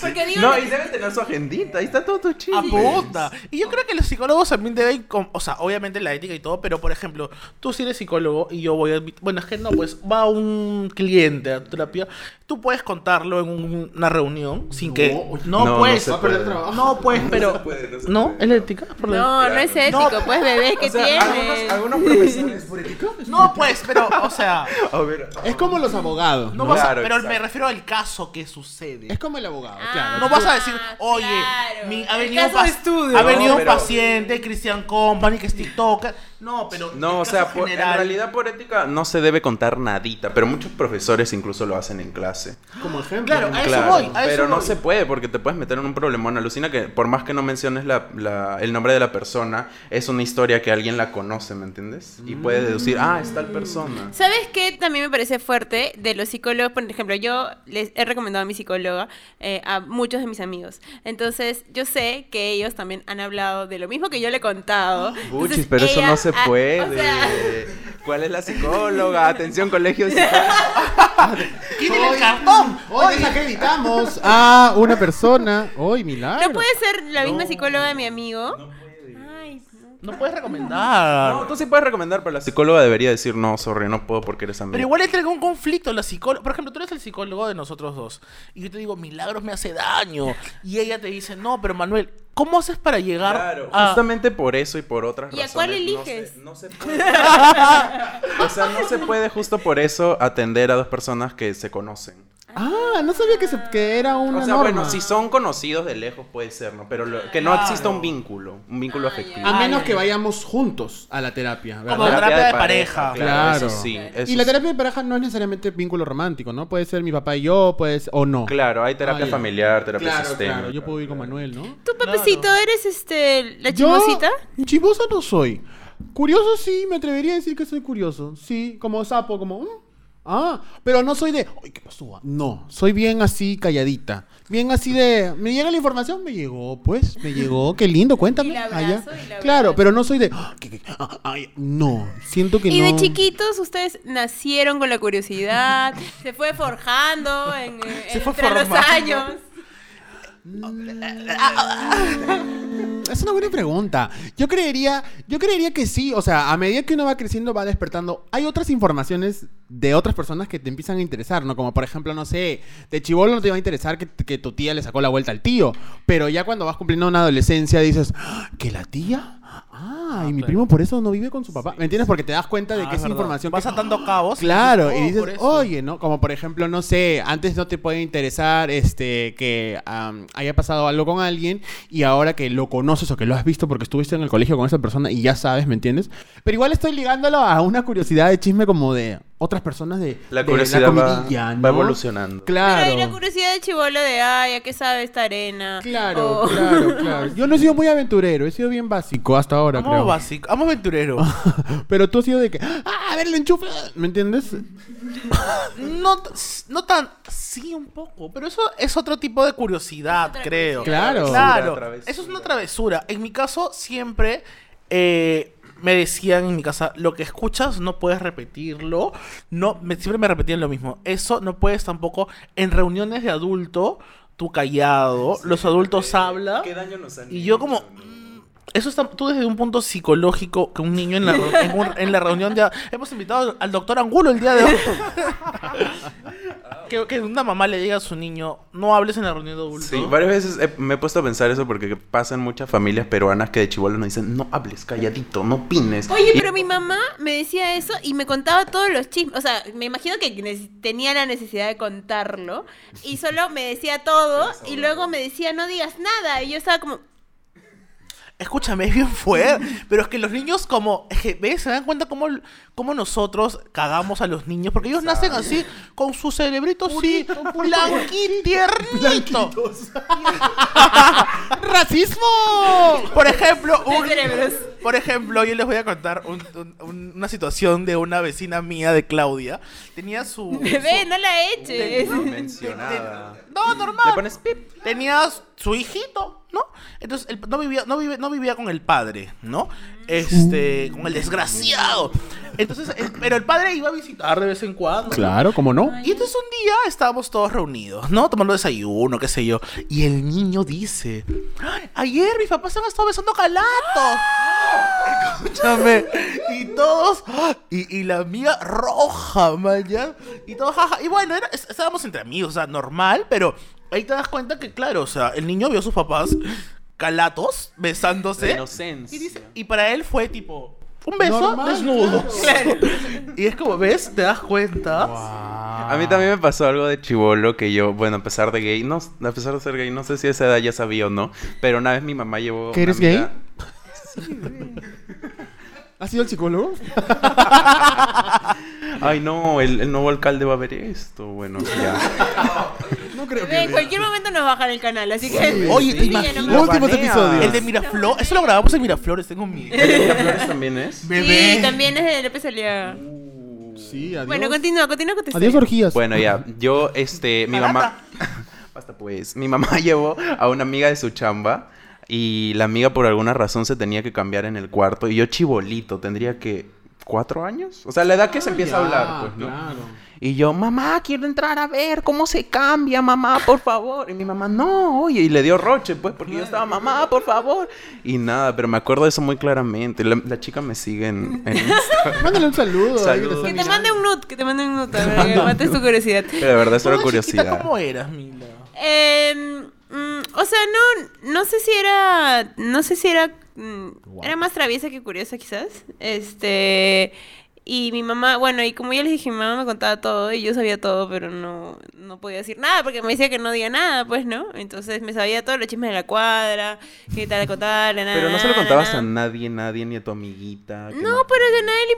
Speaker 1: porque digo,
Speaker 5: No, y deben tener su agendita, ahí está todo tu chiste.
Speaker 2: Ah,
Speaker 5: [laughs]
Speaker 2: puta. Y yo creo que los psicólogos también deben, com- o sea, obviamente la ética y todo, pero por ejemplo, tú si eres psicólogo y yo voy a... Bueno, es que no, pues va un cliente a terapia, tú puedes contarlo en un- una reunión sin que... No,
Speaker 5: No, no
Speaker 2: pues,
Speaker 5: se
Speaker 2: no,
Speaker 5: puede.
Speaker 2: pues, pero... No,
Speaker 5: puede, no se puede.
Speaker 2: es la ética, por la-
Speaker 1: no, no es ético, pues bebé, que
Speaker 5: [laughs] O sea,
Speaker 1: tienes?
Speaker 5: algunos, algunos profesores.
Speaker 2: No, pues, pero, o sea...
Speaker 5: A ver,
Speaker 4: Es como los abogados.
Speaker 2: No
Speaker 4: ¿no?
Speaker 2: vas a-
Speaker 5: Claro,
Speaker 2: pero me
Speaker 5: exacto.
Speaker 2: refiero al caso que sucede.
Speaker 4: Es como el abogado,
Speaker 1: Ah.
Speaker 4: claro.
Speaker 2: No vas a decir, oye,
Speaker 1: claro.
Speaker 2: mi- ha
Speaker 1: El
Speaker 2: venido,
Speaker 1: caso de
Speaker 2: pas-
Speaker 1: estudio.
Speaker 2: ha venido
Speaker 5: No,
Speaker 2: un
Speaker 5: pero-
Speaker 2: paciente, Christian Company, que es TikToker. No, pero.
Speaker 5: No,
Speaker 2: el
Speaker 5: o sea,
Speaker 2: caso
Speaker 5: por- en
Speaker 2: general-
Speaker 5: realidad por ética no se debe contar nadita, pero muchos profesores incluso lo hacen en hace.
Speaker 4: Como ejemplo.
Speaker 2: Claro,
Speaker 4: ¿no?
Speaker 2: a eso
Speaker 5: Claro,
Speaker 2: voy. A eso
Speaker 5: pero no
Speaker 2: voy.
Speaker 5: se puede porque te puedes meter en un problemón. Alucina que por más que no menciones la- la- el nombre de la persona, es una historia que alguien la conoce, ¿me entiendes? Y puede deducir, ah, es tal persona.
Speaker 2: Mm.
Speaker 1: ¿Sabes qué también me parece fuerte de los psicólogos? Por ejemplo, yo les he recomendado a mi psicóloga eh, a muchos de mis amigos. Entonces, yo sé que ellos también han hablado de lo mismo que yo le he contado.
Speaker 5: Puchis,
Speaker 1: Entonces,
Speaker 5: pero eso
Speaker 1: ella
Speaker 5: no se
Speaker 1: ha- o
Speaker 2: [laughs]
Speaker 5: puede.
Speaker 1: sea,
Speaker 5: ¿Cuál es la psicóloga? Atención, colegio de psicólogos.
Speaker 2: ¡Quítale el cartón!
Speaker 4: Hoy desacreditamos a Ah, una persona. Hoy, milagro.
Speaker 1: no puede ser la misma psicóloga de mi amigo. Ay, no.
Speaker 2: [laughs] No puedes recomendar.
Speaker 5: No, tú sí puedes recomendar, pero la psicóloga debería decir, no, sorry, no puedo porque eres amigo.
Speaker 2: Pero igual entra en un conflicto la psicóloga. Por ejemplo, tú eres el psicólogo de nosotros dos. Y yo te digo, Milagros me hace daño.
Speaker 5: [laughs]
Speaker 2: Y ella te dice, no, pero Manuel, ¿cómo haces para llegar
Speaker 5: Claro,
Speaker 2: a...
Speaker 5: justamente por eso y por otras
Speaker 1: ¿Y a
Speaker 5: razones.
Speaker 1: cuál
Speaker 5: no
Speaker 1: eliges?
Speaker 5: se- No se, puede. [laughs] o sea, no se puede justo por eso atender a dos personas que se conocen.
Speaker 4: Ah, no sabía que, se- que era una
Speaker 5: o sea,
Speaker 4: norma.
Speaker 5: bueno, si son conocidos de lejos puede ser, ¿no? Pero lo- que no exista un vínculo, un
Speaker 2: Ah,
Speaker 5: vínculo afectivo.
Speaker 4: A menos que vayamos juntos a la terapia, ¿verdad?
Speaker 2: Como
Speaker 5: La
Speaker 2: terapia de pareja.
Speaker 5: Claro,
Speaker 4: Claro.
Speaker 5: eso sí. eso
Speaker 4: Y la
Speaker 5: sí.
Speaker 4: terapia de pareja no es necesariamente vínculo romántico, ¿no? Puede ser mi papá y yo, pues, o no.
Speaker 5: Claro, hay terapia
Speaker 4: Ah, ya.
Speaker 5: familiar, terapia
Speaker 4: Claro,
Speaker 5: sistémica.
Speaker 4: claro, Yo puedo ir con Manuel, ¿no?
Speaker 1: ¿Tú, papecito, eres este la
Speaker 4: Yo-
Speaker 1: chimosita?
Speaker 4: Chismosa no soy. Curioso sí, me atrevería a decir que soy curioso. Sí, como sapo, como... "Mm, Ah, pero no soy de... "Ay, ¿qué pasó? ah?". No, soy bien así calladita. Bien así de... Me llega la información, me llegó, pues, me llegó. Qué lindo,
Speaker 1: [laughs]
Speaker 4: cuéntame.
Speaker 1: Y la
Speaker 4: Ah, ya.
Speaker 1: abrazo, y la
Speaker 4: claro,
Speaker 1: abrazo.
Speaker 4: pero no soy de... "Ah, ¿qué, qué? Ah, ay". no, siento que
Speaker 1: Y
Speaker 4: no...
Speaker 1: de chiquitos ustedes nacieron con la curiosidad, [laughs] se fue forjando en, eh,
Speaker 2: Se fue
Speaker 1: entre los
Speaker 2: formando.
Speaker 1: años.
Speaker 4: Es una buena pregunta. Yo creería, yo creería que sí. O sea, a medida que uno va creciendo, va despertando. Hay otras informaciones de otras personas que te empiezan a interesar, ¿no? Como por ejemplo, no sé, de chivolo no te va a interesar que, que tu tía le sacó la vuelta al tío. Pero ya cuando vas cumpliendo una adolescencia, dices, "Ah, ¿que la tía? Ah, y mi primo por eso no vive con su papá. ¿Me entiendes? Porque te das cuenta de
Speaker 2: Ah, es
Speaker 4: que es
Speaker 2: verdad.
Speaker 4: información
Speaker 2: Vas
Speaker 4: que...
Speaker 2: atando cabos.
Speaker 4: Claro,
Speaker 2: Oh,
Speaker 4: y dices,
Speaker 2: por eso.
Speaker 4: oye, ¿no? Como por ejemplo, no sé, antes no te puede interesar este que am, haya pasado algo con alguien y ahora que lo conoces o que lo has visto porque estuviste en el colegio con esa persona y ya sabes, ¿me entiendes? Pero igual estoy ligándolo a una curiosidad de chisme como de otras personas de
Speaker 5: La
Speaker 4: de
Speaker 5: curiosidad va-
Speaker 4: comidilla,
Speaker 5: va evolucionando.
Speaker 1: Pero hay la
Speaker 4: Claro.
Speaker 1: curiosidad de chivolo de, ay, ¿a qué sabe esta arena?
Speaker 4: Claro,
Speaker 1: O-
Speaker 4: claro, claro. Yo no he sido muy aventurero, he sido bien básico hasta ahora,
Speaker 2: Vamos
Speaker 4: creo.
Speaker 2: básico, vamos aventurero.
Speaker 4: [laughs] Pero tú has sido de que, ah, a ver, lo enchufe, ¿me entiendes?
Speaker 2: no, t- no tan... Sí, un poco. Pero eso es otro tipo de curiosidad, creo.
Speaker 4: Claro.
Speaker 2: Claro,
Speaker 5: Travesura,
Speaker 2: eso es una travesura. En mi caso, siempre eh, me decían en mi casa, lo que escuchas no puedes repetirlo. No, me- siempre me repetían lo mismo. Eso no puedes tampoco en reuniones de adulto, tú callado, los adultos hablan.
Speaker 5: ¿Qué daño nos han
Speaker 2: Y yo
Speaker 5: hecho?
Speaker 2: como... mm, Eso está, tú desde un punto psicológico que un niño en la, reu- en un- en la reunión de... Hemos invitado al doctor Angulo el día de hoy. [laughs] que, que una mamá le diga a su niño, no hables en la reunión de adultos.
Speaker 5: Sí, varias veces he- me he puesto a pensar eso porque pasan muchas familias peruanas que de chivolos nos dicen, no hables calladito, no opines.
Speaker 1: Oye,
Speaker 5: Y-
Speaker 1: pero mi mamá me decía eso y me contaba todos los chismes. O sea, me imagino que neces- tenía la necesidad de contarlo. Y solo me decía todo y luego me decía, no digas nada. Y yo estaba como,
Speaker 2: Escúchame, es bien fuerte. Pero es que los niños, como, es que, ¿ves? Se dan cuenta cómo, cómo nosotros cagamos a los niños. Porque ellos nacen así, con su cerebrito así, blanquito, tiernito.
Speaker 4: ¡Racismo!
Speaker 2: Por ejemplo, un-
Speaker 1: cerebros.
Speaker 2: por ejemplo, yo les voy a contar un- un- un- una situación de una vecina mía de Claudia. Tenía su.
Speaker 1: [laughs] bebé, no la eches.
Speaker 5: No mencionada.
Speaker 2: No, normal.
Speaker 5: Le pones pip.
Speaker 2: tenía su hijito, ¿no? Entonces el- no, vivía, no, vive- no vivía con el padre, ¿no? Este, con el desgraciado. Entonces, el- pero el padre iba a visitar de vez en cuando. ¿no?
Speaker 4: Claro, ¿cómo no?
Speaker 2: Y entonces un día estábamos todos reunidos, ¿no? Tomando desayuno, qué sé yo. Y el niño dice, "Ay, ayer mis papás se han estado besando calatos. Escúchame. Y todos, ¡ah! y, y la mía roja, maya. Y todos, jaja. Y bueno, era- es- estábamos entre amigos, o sea, normal, pero ahí te das cuenta que, claro, o sea, el niño vio a sus papás calatos besándose.
Speaker 5: La inocencia.
Speaker 2: Y, dice- y para él fue tipo, un beso
Speaker 4: Normal,
Speaker 2: desnudo. [laughs] y es como, ¿ves? Te das cuenta.
Speaker 5: A mí también me pasó algo de chivolo que yo, bueno, a pesar de gay, no, a pesar de ser gay, no sé si a esa edad ya sabía o no, pero una vez mi mamá llevó.
Speaker 4: ¿Que
Speaker 5: una
Speaker 4: eres gay?
Speaker 5: amiga-
Speaker 4: ¿Ha sido el psicólogo?
Speaker 5: Ay, no, el, el nuevo alcalde va a ver esto. Bueno,
Speaker 1: [laughs]
Speaker 5: ya.
Speaker 4: No creo
Speaker 1: Bebé,
Speaker 4: que.
Speaker 1: en cualquier momento nos bajan el canal, así que.
Speaker 2: Oye, ¿te
Speaker 1: Sí, ya no me
Speaker 2: imaginas?
Speaker 1: lo-
Speaker 4: Últimos
Speaker 5: banea.
Speaker 4: episodios.
Speaker 2: El de Miraflores. Eso lo grabamos en Miraflores, tengo miedo.
Speaker 5: Miraflores también es?
Speaker 1: Sí, también es de López Aliaga.
Speaker 4: Sí, adiós.
Speaker 1: Bueno, continúa, continúa con tu
Speaker 4: Adiós,
Speaker 1: historia.
Speaker 4: orgías.
Speaker 5: Bueno, ya, yo, este, mi mamá... [laughs] Basta pues. Mi mamá [laughs] llevó a una amiga de su chamba y la amiga por alguna razón se tenía que cambiar en el cuarto y yo chibolito, tendría que... ¿Cuatro años? O sea, la edad que
Speaker 2: Ah,
Speaker 5: se
Speaker 4: Ah,
Speaker 5: empieza a hablar, pues, ¿no? Y yo, mamá, quiero entrar a ver cómo se cambia, mamá, por favor. Y mi mamá, no, oye, y le dio roche, pues, porque yo estaba, mamá, por favor. Y nada, pero me acuerdo de eso muy claramente. La, la chica me sigue en,
Speaker 2: [laughs]
Speaker 5: en Insta.
Speaker 4: Mándale un saludo. ahí
Speaker 5: [laughs] Saludos.
Speaker 1: Que
Speaker 4: que le
Speaker 1: te
Speaker 4: está-
Speaker 1: mande un nude, que te mande un nude, para que mates tu curiosidad.
Speaker 5: Pero de verdad, es
Speaker 2: Toda
Speaker 5: una
Speaker 2: chiquita,
Speaker 5: curiosidad.
Speaker 2: ¿Cómo eras, Mila?
Speaker 1: Eh, mm, o sea, no, no sé si era, no sé si era, mm, era más traviesa que curiosa quizás. Este, y mi mamá, bueno, y como ya les dije, mi mamá me contaba todo y yo sabía todo, pero no, no podía decir nada porque me decía que no diga nada, pues, ¿no? Entonces me sabía todo, los chismes de la cuadra, que tal, con tal, nada.
Speaker 5: Pero no se lo contabas a nadie, nadie, ni a tu amiguita.
Speaker 1: Ah,
Speaker 5: que
Speaker 1: No, pero que a nadie le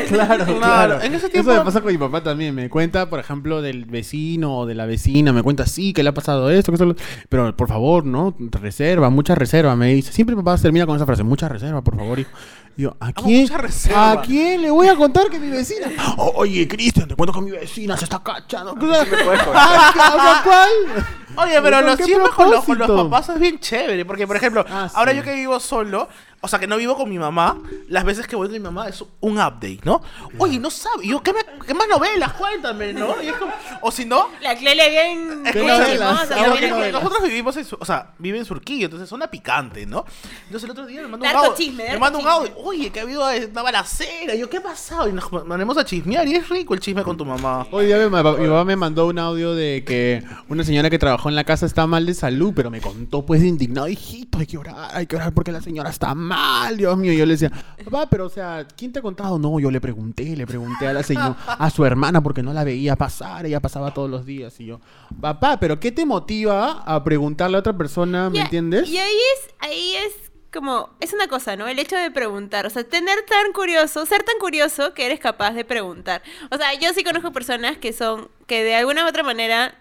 Speaker 1: importaba.
Speaker 4: [laughs]
Speaker 1: [laughs]
Speaker 2: [laughs]
Speaker 4: Claro,
Speaker 2: Claro,
Speaker 4: claro.
Speaker 2: en ese tiempo-
Speaker 4: Eso me pasa con mi papá también. Me cuenta, por ejemplo, del vecino o de la vecina. Me cuenta, sí, que le ha pasado esto, que esto. lo- Pero, por favor, ¿no? Reserva, mucha reserva. Me dice, siempre mi papá termina con esa frase, mucha reserva, por favor, hijo. Y yo, ¿a
Speaker 2: Ah,
Speaker 4: quién?
Speaker 2: mucha reserva.
Speaker 4: ¿A quién le voy a contar que mi vecina? "O- Oye, Cristian, te cuento que mi vecina se está cachando. [laughs] Ah, o sea, ¿cuál?
Speaker 2: Oye, pero
Speaker 4: ¿Con
Speaker 2: los
Speaker 4: qué
Speaker 2: chismes con los, con los
Speaker 4: propósito?
Speaker 2: papás es bien chévere. Porque, por ejemplo,
Speaker 4: Ah, sí.
Speaker 2: ahora yo que vivo solo, o sea, que no vivo con mi mamá, las veces que voy con mi mamá es un update, ¿no? Oye, no sabe. Yo, ¿qué, me- qué más novelas? Cuéntame, ¿no? Y es como- o si no,
Speaker 1: La Clele bien...
Speaker 4: ¿Qué
Speaker 2: Escúchame,
Speaker 4: novelas?
Speaker 1: chismosa,
Speaker 4: Ahora,
Speaker 2: nosotros-
Speaker 4: ¿qué
Speaker 1: bien-
Speaker 4: novelas?
Speaker 2: Nosotros vivimos en, Sur- o sea, vive en Surquillo, entonces zona picante, ¿no? Entonces el otro día me mandó un
Speaker 1: Harto
Speaker 2: audio,
Speaker 1: chisme,
Speaker 2: me
Speaker 1: harto
Speaker 2: mandó un
Speaker 1: chisme.
Speaker 2: audio, oye, que ha habido eh, una balacera, y yo, ¿qué ha pasado? Y nos mandemos a chismear, y es rico el chisme con tu
Speaker 1: [laughs]
Speaker 2: mamá.
Speaker 4: Hoy día mi, papá- mi papá me mandó un audio de que una señora que trabajó en la casa está mal de salud, pero me contó pues indignado, hijito, hay que orar, hay que orar porque la señora está mal, Dios mío. Y yo le decía, papá, pero o sea, ¿quién te ha contado? No, yo le pregunté, le pregunté a la señora, a su hermana porque no la veía pasar, ella pasaba todos los días. Y yo, papá, pero ¿qué te motiva a preguntarle a otra persona, me
Speaker 1: Y a-
Speaker 4: entiendes?
Speaker 1: Y ahí es, ahí es como, es una cosa, ¿no? El hecho de preguntar, o sea, tener tan curioso, ser tan curioso que eres capaz de preguntar. O sea, yo sí conozco personas que son, que de alguna u otra manera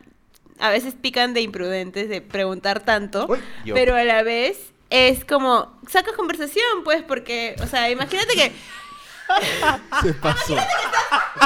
Speaker 1: a veces pican de imprudentes de preguntar tanto,
Speaker 5: Uy, yo.
Speaker 1: pero a la vez es como, sacas conversación, pues, porque, o sea, imagínate que...
Speaker 4: Se pasó.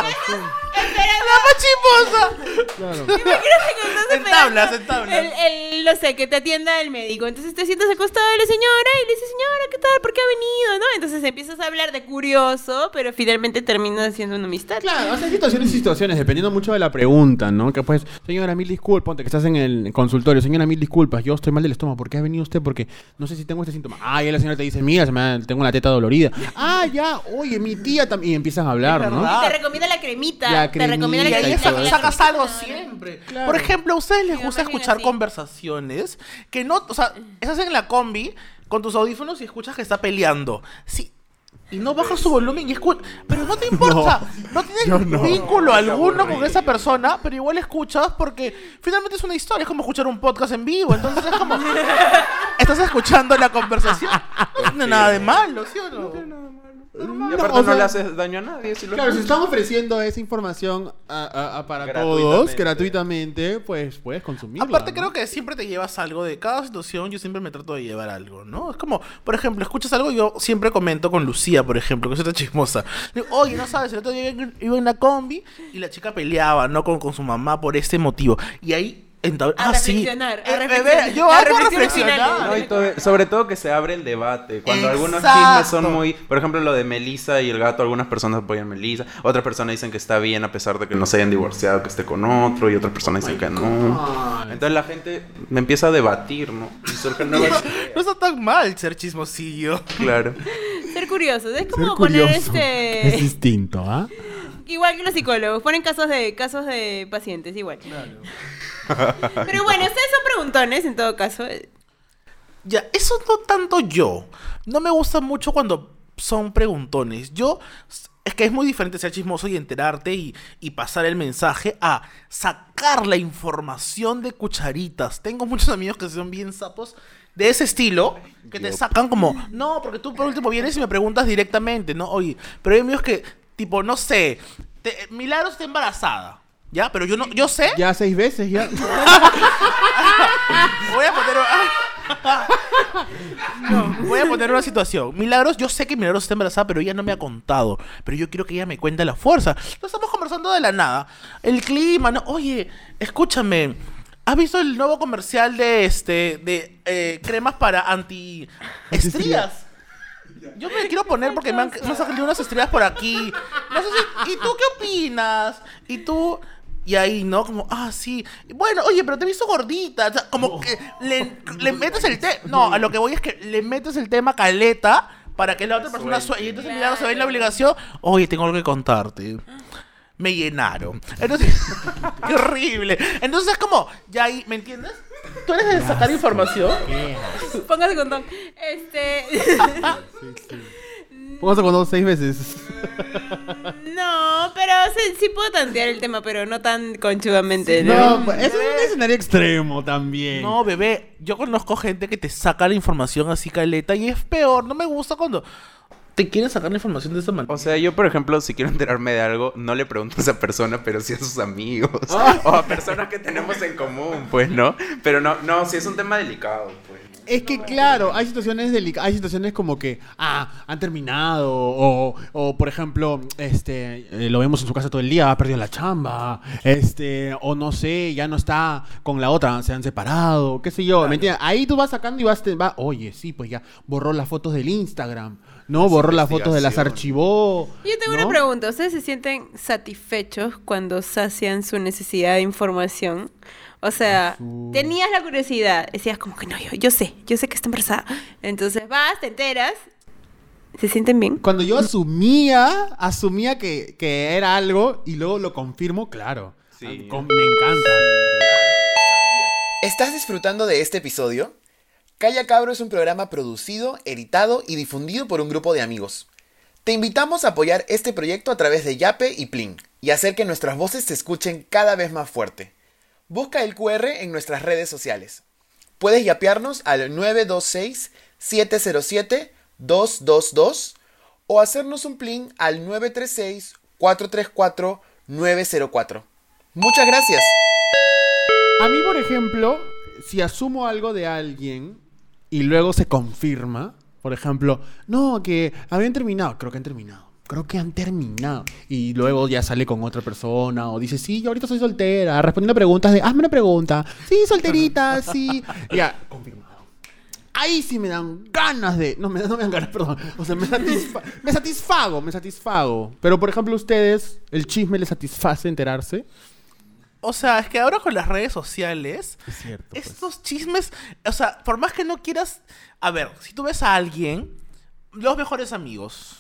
Speaker 1: Espera,
Speaker 2: ¡La más [laughs] chismosa!
Speaker 4: Claro.
Speaker 1: Imagínate que estás
Speaker 2: En
Speaker 1: esperando
Speaker 2: tablas, en tablas.
Speaker 1: El, el, no sé, que te atienda el médico. Entonces te sientas al costado de la señora y le dices, señora, ¿qué tal? ¿Por qué ha venido? ¿No? Entonces empiezas a hablar de curioso, pero finalmente terminas siendo una amistad.
Speaker 4: Claro, o sea, hay situaciones y situaciones, dependiendo mucho de la pregunta, ¿no? Que pues, señora, mil disculpas, ponte que estás en el consultorio, señora, mil disculpas, yo estoy mal del estómago, ¿por qué ha venido usted? Porque no sé si tengo este síntoma. Ah, y la señora te dice, mira, se me ha- tengo la teta dolorida. Ah, ya, oye, mi tía también. Y empiezan a hablar, ¿no?
Speaker 2: verdad.
Speaker 1: Te recomienda la cremita.
Speaker 4: La
Speaker 1: te recomienda
Speaker 2: Y
Speaker 1: la
Speaker 4: cremita
Speaker 2: ahí
Speaker 1: cremita.
Speaker 4: Exacto.
Speaker 2: sa-
Speaker 1: y la
Speaker 2: Ah. sacas
Speaker 1: cremita,
Speaker 2: algo
Speaker 1: ¿no?
Speaker 2: siempre.
Speaker 4: Claro.
Speaker 2: Por ejemplo, ¿a ustedes les
Speaker 1: Sí,
Speaker 2: gusta
Speaker 1: me imagino
Speaker 2: escuchar
Speaker 1: así.
Speaker 2: conversaciones que no, o sea, estás en la combi con tus audífonos y escuchas que está peleando? Sí. Y no bajas su volumen y escuchas. Pero no
Speaker 4: [laughs]
Speaker 2: te importa. No,
Speaker 4: yo
Speaker 2: tienes
Speaker 4: no.
Speaker 2: vínculo alguno con esa persona, pero igual escuchas porque finalmente es una historia. Es como escuchar un podcast en vivo. Entonces es
Speaker 1: [laughs]
Speaker 2: como. estás escuchando la conversación. No tiene nada de malo, ¿sí o no?
Speaker 5: Y
Speaker 4: No,
Speaker 5: aparte
Speaker 4: o
Speaker 5: no,
Speaker 4: sea-
Speaker 5: le haces daño a nadie. Si lo
Speaker 4: Claro, si están ofreciendo esa información a- a- a para todos
Speaker 5: Gratuitamente.
Speaker 4: gratuitamente, pues puedes consumirla.
Speaker 2: Aparte
Speaker 4: ¿no?
Speaker 2: creo que siempre te llevas algo de cada situación, yo siempre me trato de llevar algo, ¿no? Es como, por ejemplo, escuchas algo y yo siempre comento con Lucía, por ejemplo, que es otra chismosa. Le digo, Oye, no sabes, el otro día iba en- iba en una combi y la chica peleaba, ¿no? Con, con su mamá por este motivo. Y ahí... entab-
Speaker 1: A
Speaker 2: ah, sí.
Speaker 1: reflexionar, a
Speaker 2: Eh, bebé,
Speaker 1: reflexionar.
Speaker 2: yo
Speaker 1: La
Speaker 2: hago
Speaker 1: reflexión
Speaker 2: reflexionar.
Speaker 1: final.
Speaker 5: No, y todo- sobre todo que se abre el debate. Cuando algunos
Speaker 2: Exacto.
Speaker 5: chismes son muy. Por ejemplo, lo de Melissa y el gato, algunas personas apoyan a Melissa, otras personas dicen que está bien a pesar de que no se hayan divorciado, que esté con otro, y otras personas
Speaker 4: Oh
Speaker 5: dicen que no. Entonces la gente me empieza a debatir, ¿no? Y surgen nuevas-
Speaker 2: No está tan mal ser chismosillo.
Speaker 5: claro.
Speaker 1: ¿eh? Ser curioso. Es
Speaker 4: Ser
Speaker 1: como poner
Speaker 4: curioso [laughs] es
Speaker 1: este.
Speaker 4: distinto, ¿ah?
Speaker 1: Igual que los psicólogos, ponen casos de casos de pacientes, igual. Pero bueno, ustedes son preguntones en todo caso.
Speaker 2: Ya, eso no tanto yo. No me gusta mucho cuando son preguntones. Yo, es que es muy diferente ser chismoso y enterarte y, y pasar el mensaje a sacar la información de cucharitas. Tengo muchos amigos que son bien sapos de ese estilo que te sacan como, no, porque tú por último vienes y me preguntas directamente, ¿no? Oye, pero hay amigos que, tipo, no sé, te- Milagros está embarazada, ¿ya? Pero yo no, yo sé,
Speaker 4: Ya seis veces, ya.
Speaker 2: voy a poner... Voy a poner una situación. Milagros, yo sé que Milagros está embarazada, pero ella no me ha contado. Pero yo quiero que ella me cuente la fuerza. No estamos conversando de la nada. El clima, no. Oye, escúchame. ¿Has visto el nuevo comercial de este de eh, cremas para anti estrías? Yo me quiero poner porque me han, me han salido unas estrías por aquí. No sé si- ¿Y tú qué opinas? Y tú. Y ahí, ¿no? Como, ah, sí. Y Bueno, oye, pero te he visto gordita. O sea, como que le, le metes el tema. No, a lo que voy es que le metes el tema caleta para que la otra persona sueñe. Y entonces Milagro se ve en la obligación. Oye, tengo algo que contarte. Me llenaron. Entonces, [laughs] qué horrible. Entonces es como, ya ahí, ¿me entiendes? Tú eres de sacar información.
Speaker 1: Póngase condón. Este.
Speaker 4: Póngase con dos seis veces.
Speaker 1: no, pero sí, sí puedo tantear el tema, pero no tan conchudamente. ¿no?
Speaker 4: No, pues, eso es
Speaker 1: eh.
Speaker 4: un escenario extremo también.
Speaker 2: No, bebé, yo conozco gente que te saca la información así caleta y es peor. No me gusta cuando te quieren sacar la información de esa manera.
Speaker 5: O sea, yo, por ejemplo, si quiero enterarme de algo, no le pregunto a esa persona, pero sí a sus amigos.
Speaker 1: Ah.
Speaker 5: O a personas que tenemos en común, pues, ¿no? Pero no, no, sí es un tema delicado, pues.
Speaker 4: Es que
Speaker 1: eh.
Speaker 4: claro, hay situaciones delicadas, hay situaciones como que, ah, han terminado, o, o, por ejemplo, este, eh, lo vemos en su casa todo el día, ha perdido la chamba, este, o no sé, ya no está con la otra, se han separado, qué sé yo, ¿me entiendes? Ahí tú vas sacando y vas, te- va, oye, sí, pues ya borró las fotos del Instagram, ¿no? Borró las fotos de las archivó.
Speaker 1: Yo tengo
Speaker 4: ¿no?
Speaker 1: una pregunta. ¿Ustedes se sienten satisfechos cuando sacian su necesidad de información? O sea, tenías la curiosidad. Decías como que no, yo, yo sé, yo sé que está embarazada. Entonces vas, te enteras. ¿Se sienten bien?
Speaker 4: Cuando yo asumía, asumía que, que era algo y luego lo confirmo, claro.
Speaker 5: Sí.
Speaker 4: Con- me encanta.
Speaker 6: ¿Estás disfrutando de este episodio? Calla Cabro es un programa producido, editado y difundido por un grupo de amigos. Te invitamos a apoyar este proyecto a través de Yape y Plin y hacer que nuestras voces se escuchen cada vez más fuerte. Busca el QR en nuestras redes sociales. Puedes yapearnos al 926-707-222 o hacernos un Plin al 936-434-904. Muchas gracias.
Speaker 4: A mí, por ejemplo, si asumo algo de alguien y luego se confirma, por ejemplo, no, que habían terminado, creo que han terminado. Creo que han terminado. Y luego ya sale con otra persona o dice, sí, yo ahorita soy soltera, respondiendo preguntas de, hazme una pregunta. Sí, [laughs] solterita, sí. Ya, confirmado. Ahí sí me dan ganas de... No, me, no me dan ganas, perdón. O sea, me, satisfa- me satisfago, me satisfago. Pero, por ejemplo, ustedes, ¿el chisme les satisface enterarse?
Speaker 2: O sea, es que ahora con las redes sociales,
Speaker 4: Es cierto.
Speaker 2: estos chismes, o sea, por más que no quieras, a ver, si tú ves a alguien, los mejores amigos.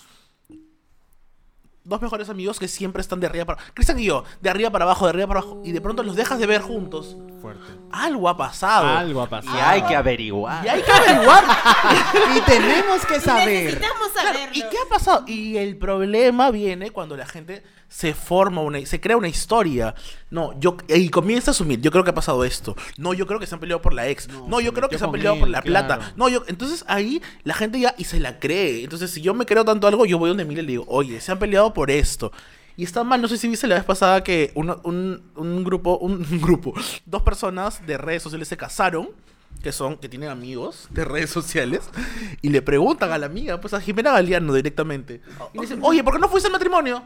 Speaker 2: Dos mejores amigos que siempre están de arriba para Cristian y yo, de arriba para abajo, de arriba para abajo, y de pronto los dejas de ver juntos.
Speaker 4: Fuerte.
Speaker 2: Algo ha pasado.
Speaker 4: Algo ha pasado.
Speaker 5: que averiguar.
Speaker 2: Y hay que averiguar.
Speaker 4: Y tenemos que saber.
Speaker 1: Necesitamos
Speaker 2: Claro,
Speaker 1: saberlo.
Speaker 2: ¿Y qué ha pasado? Y el problema viene cuando la gente se forma una, se crea una historia. No, yo y comienza a asumir, yo creo que ha pasado esto. No, yo creo que se han peleado por la ex. No, yo creo que
Speaker 4: metió
Speaker 2: se han
Speaker 4: con
Speaker 2: peleado por
Speaker 4: él,
Speaker 2: la
Speaker 4: claro.
Speaker 2: plata. No, yo entonces ahí la gente ya y se la cree. Entonces, si yo me creo tanto algo, yo voy donde Emilia y le digo, "Oye, se han peleado por esto." Y está mal, no sé si viste la vez pasada que uno- un, un grupo, un, un [laughs] grupo, dos personas de redes sociales se casaron, que son, que tienen amigos de redes sociales, y le preguntan a la amiga, pues a Jimena Galeano directamente. Y le dicen, oye, ¿por qué no fuiste al matrimonio?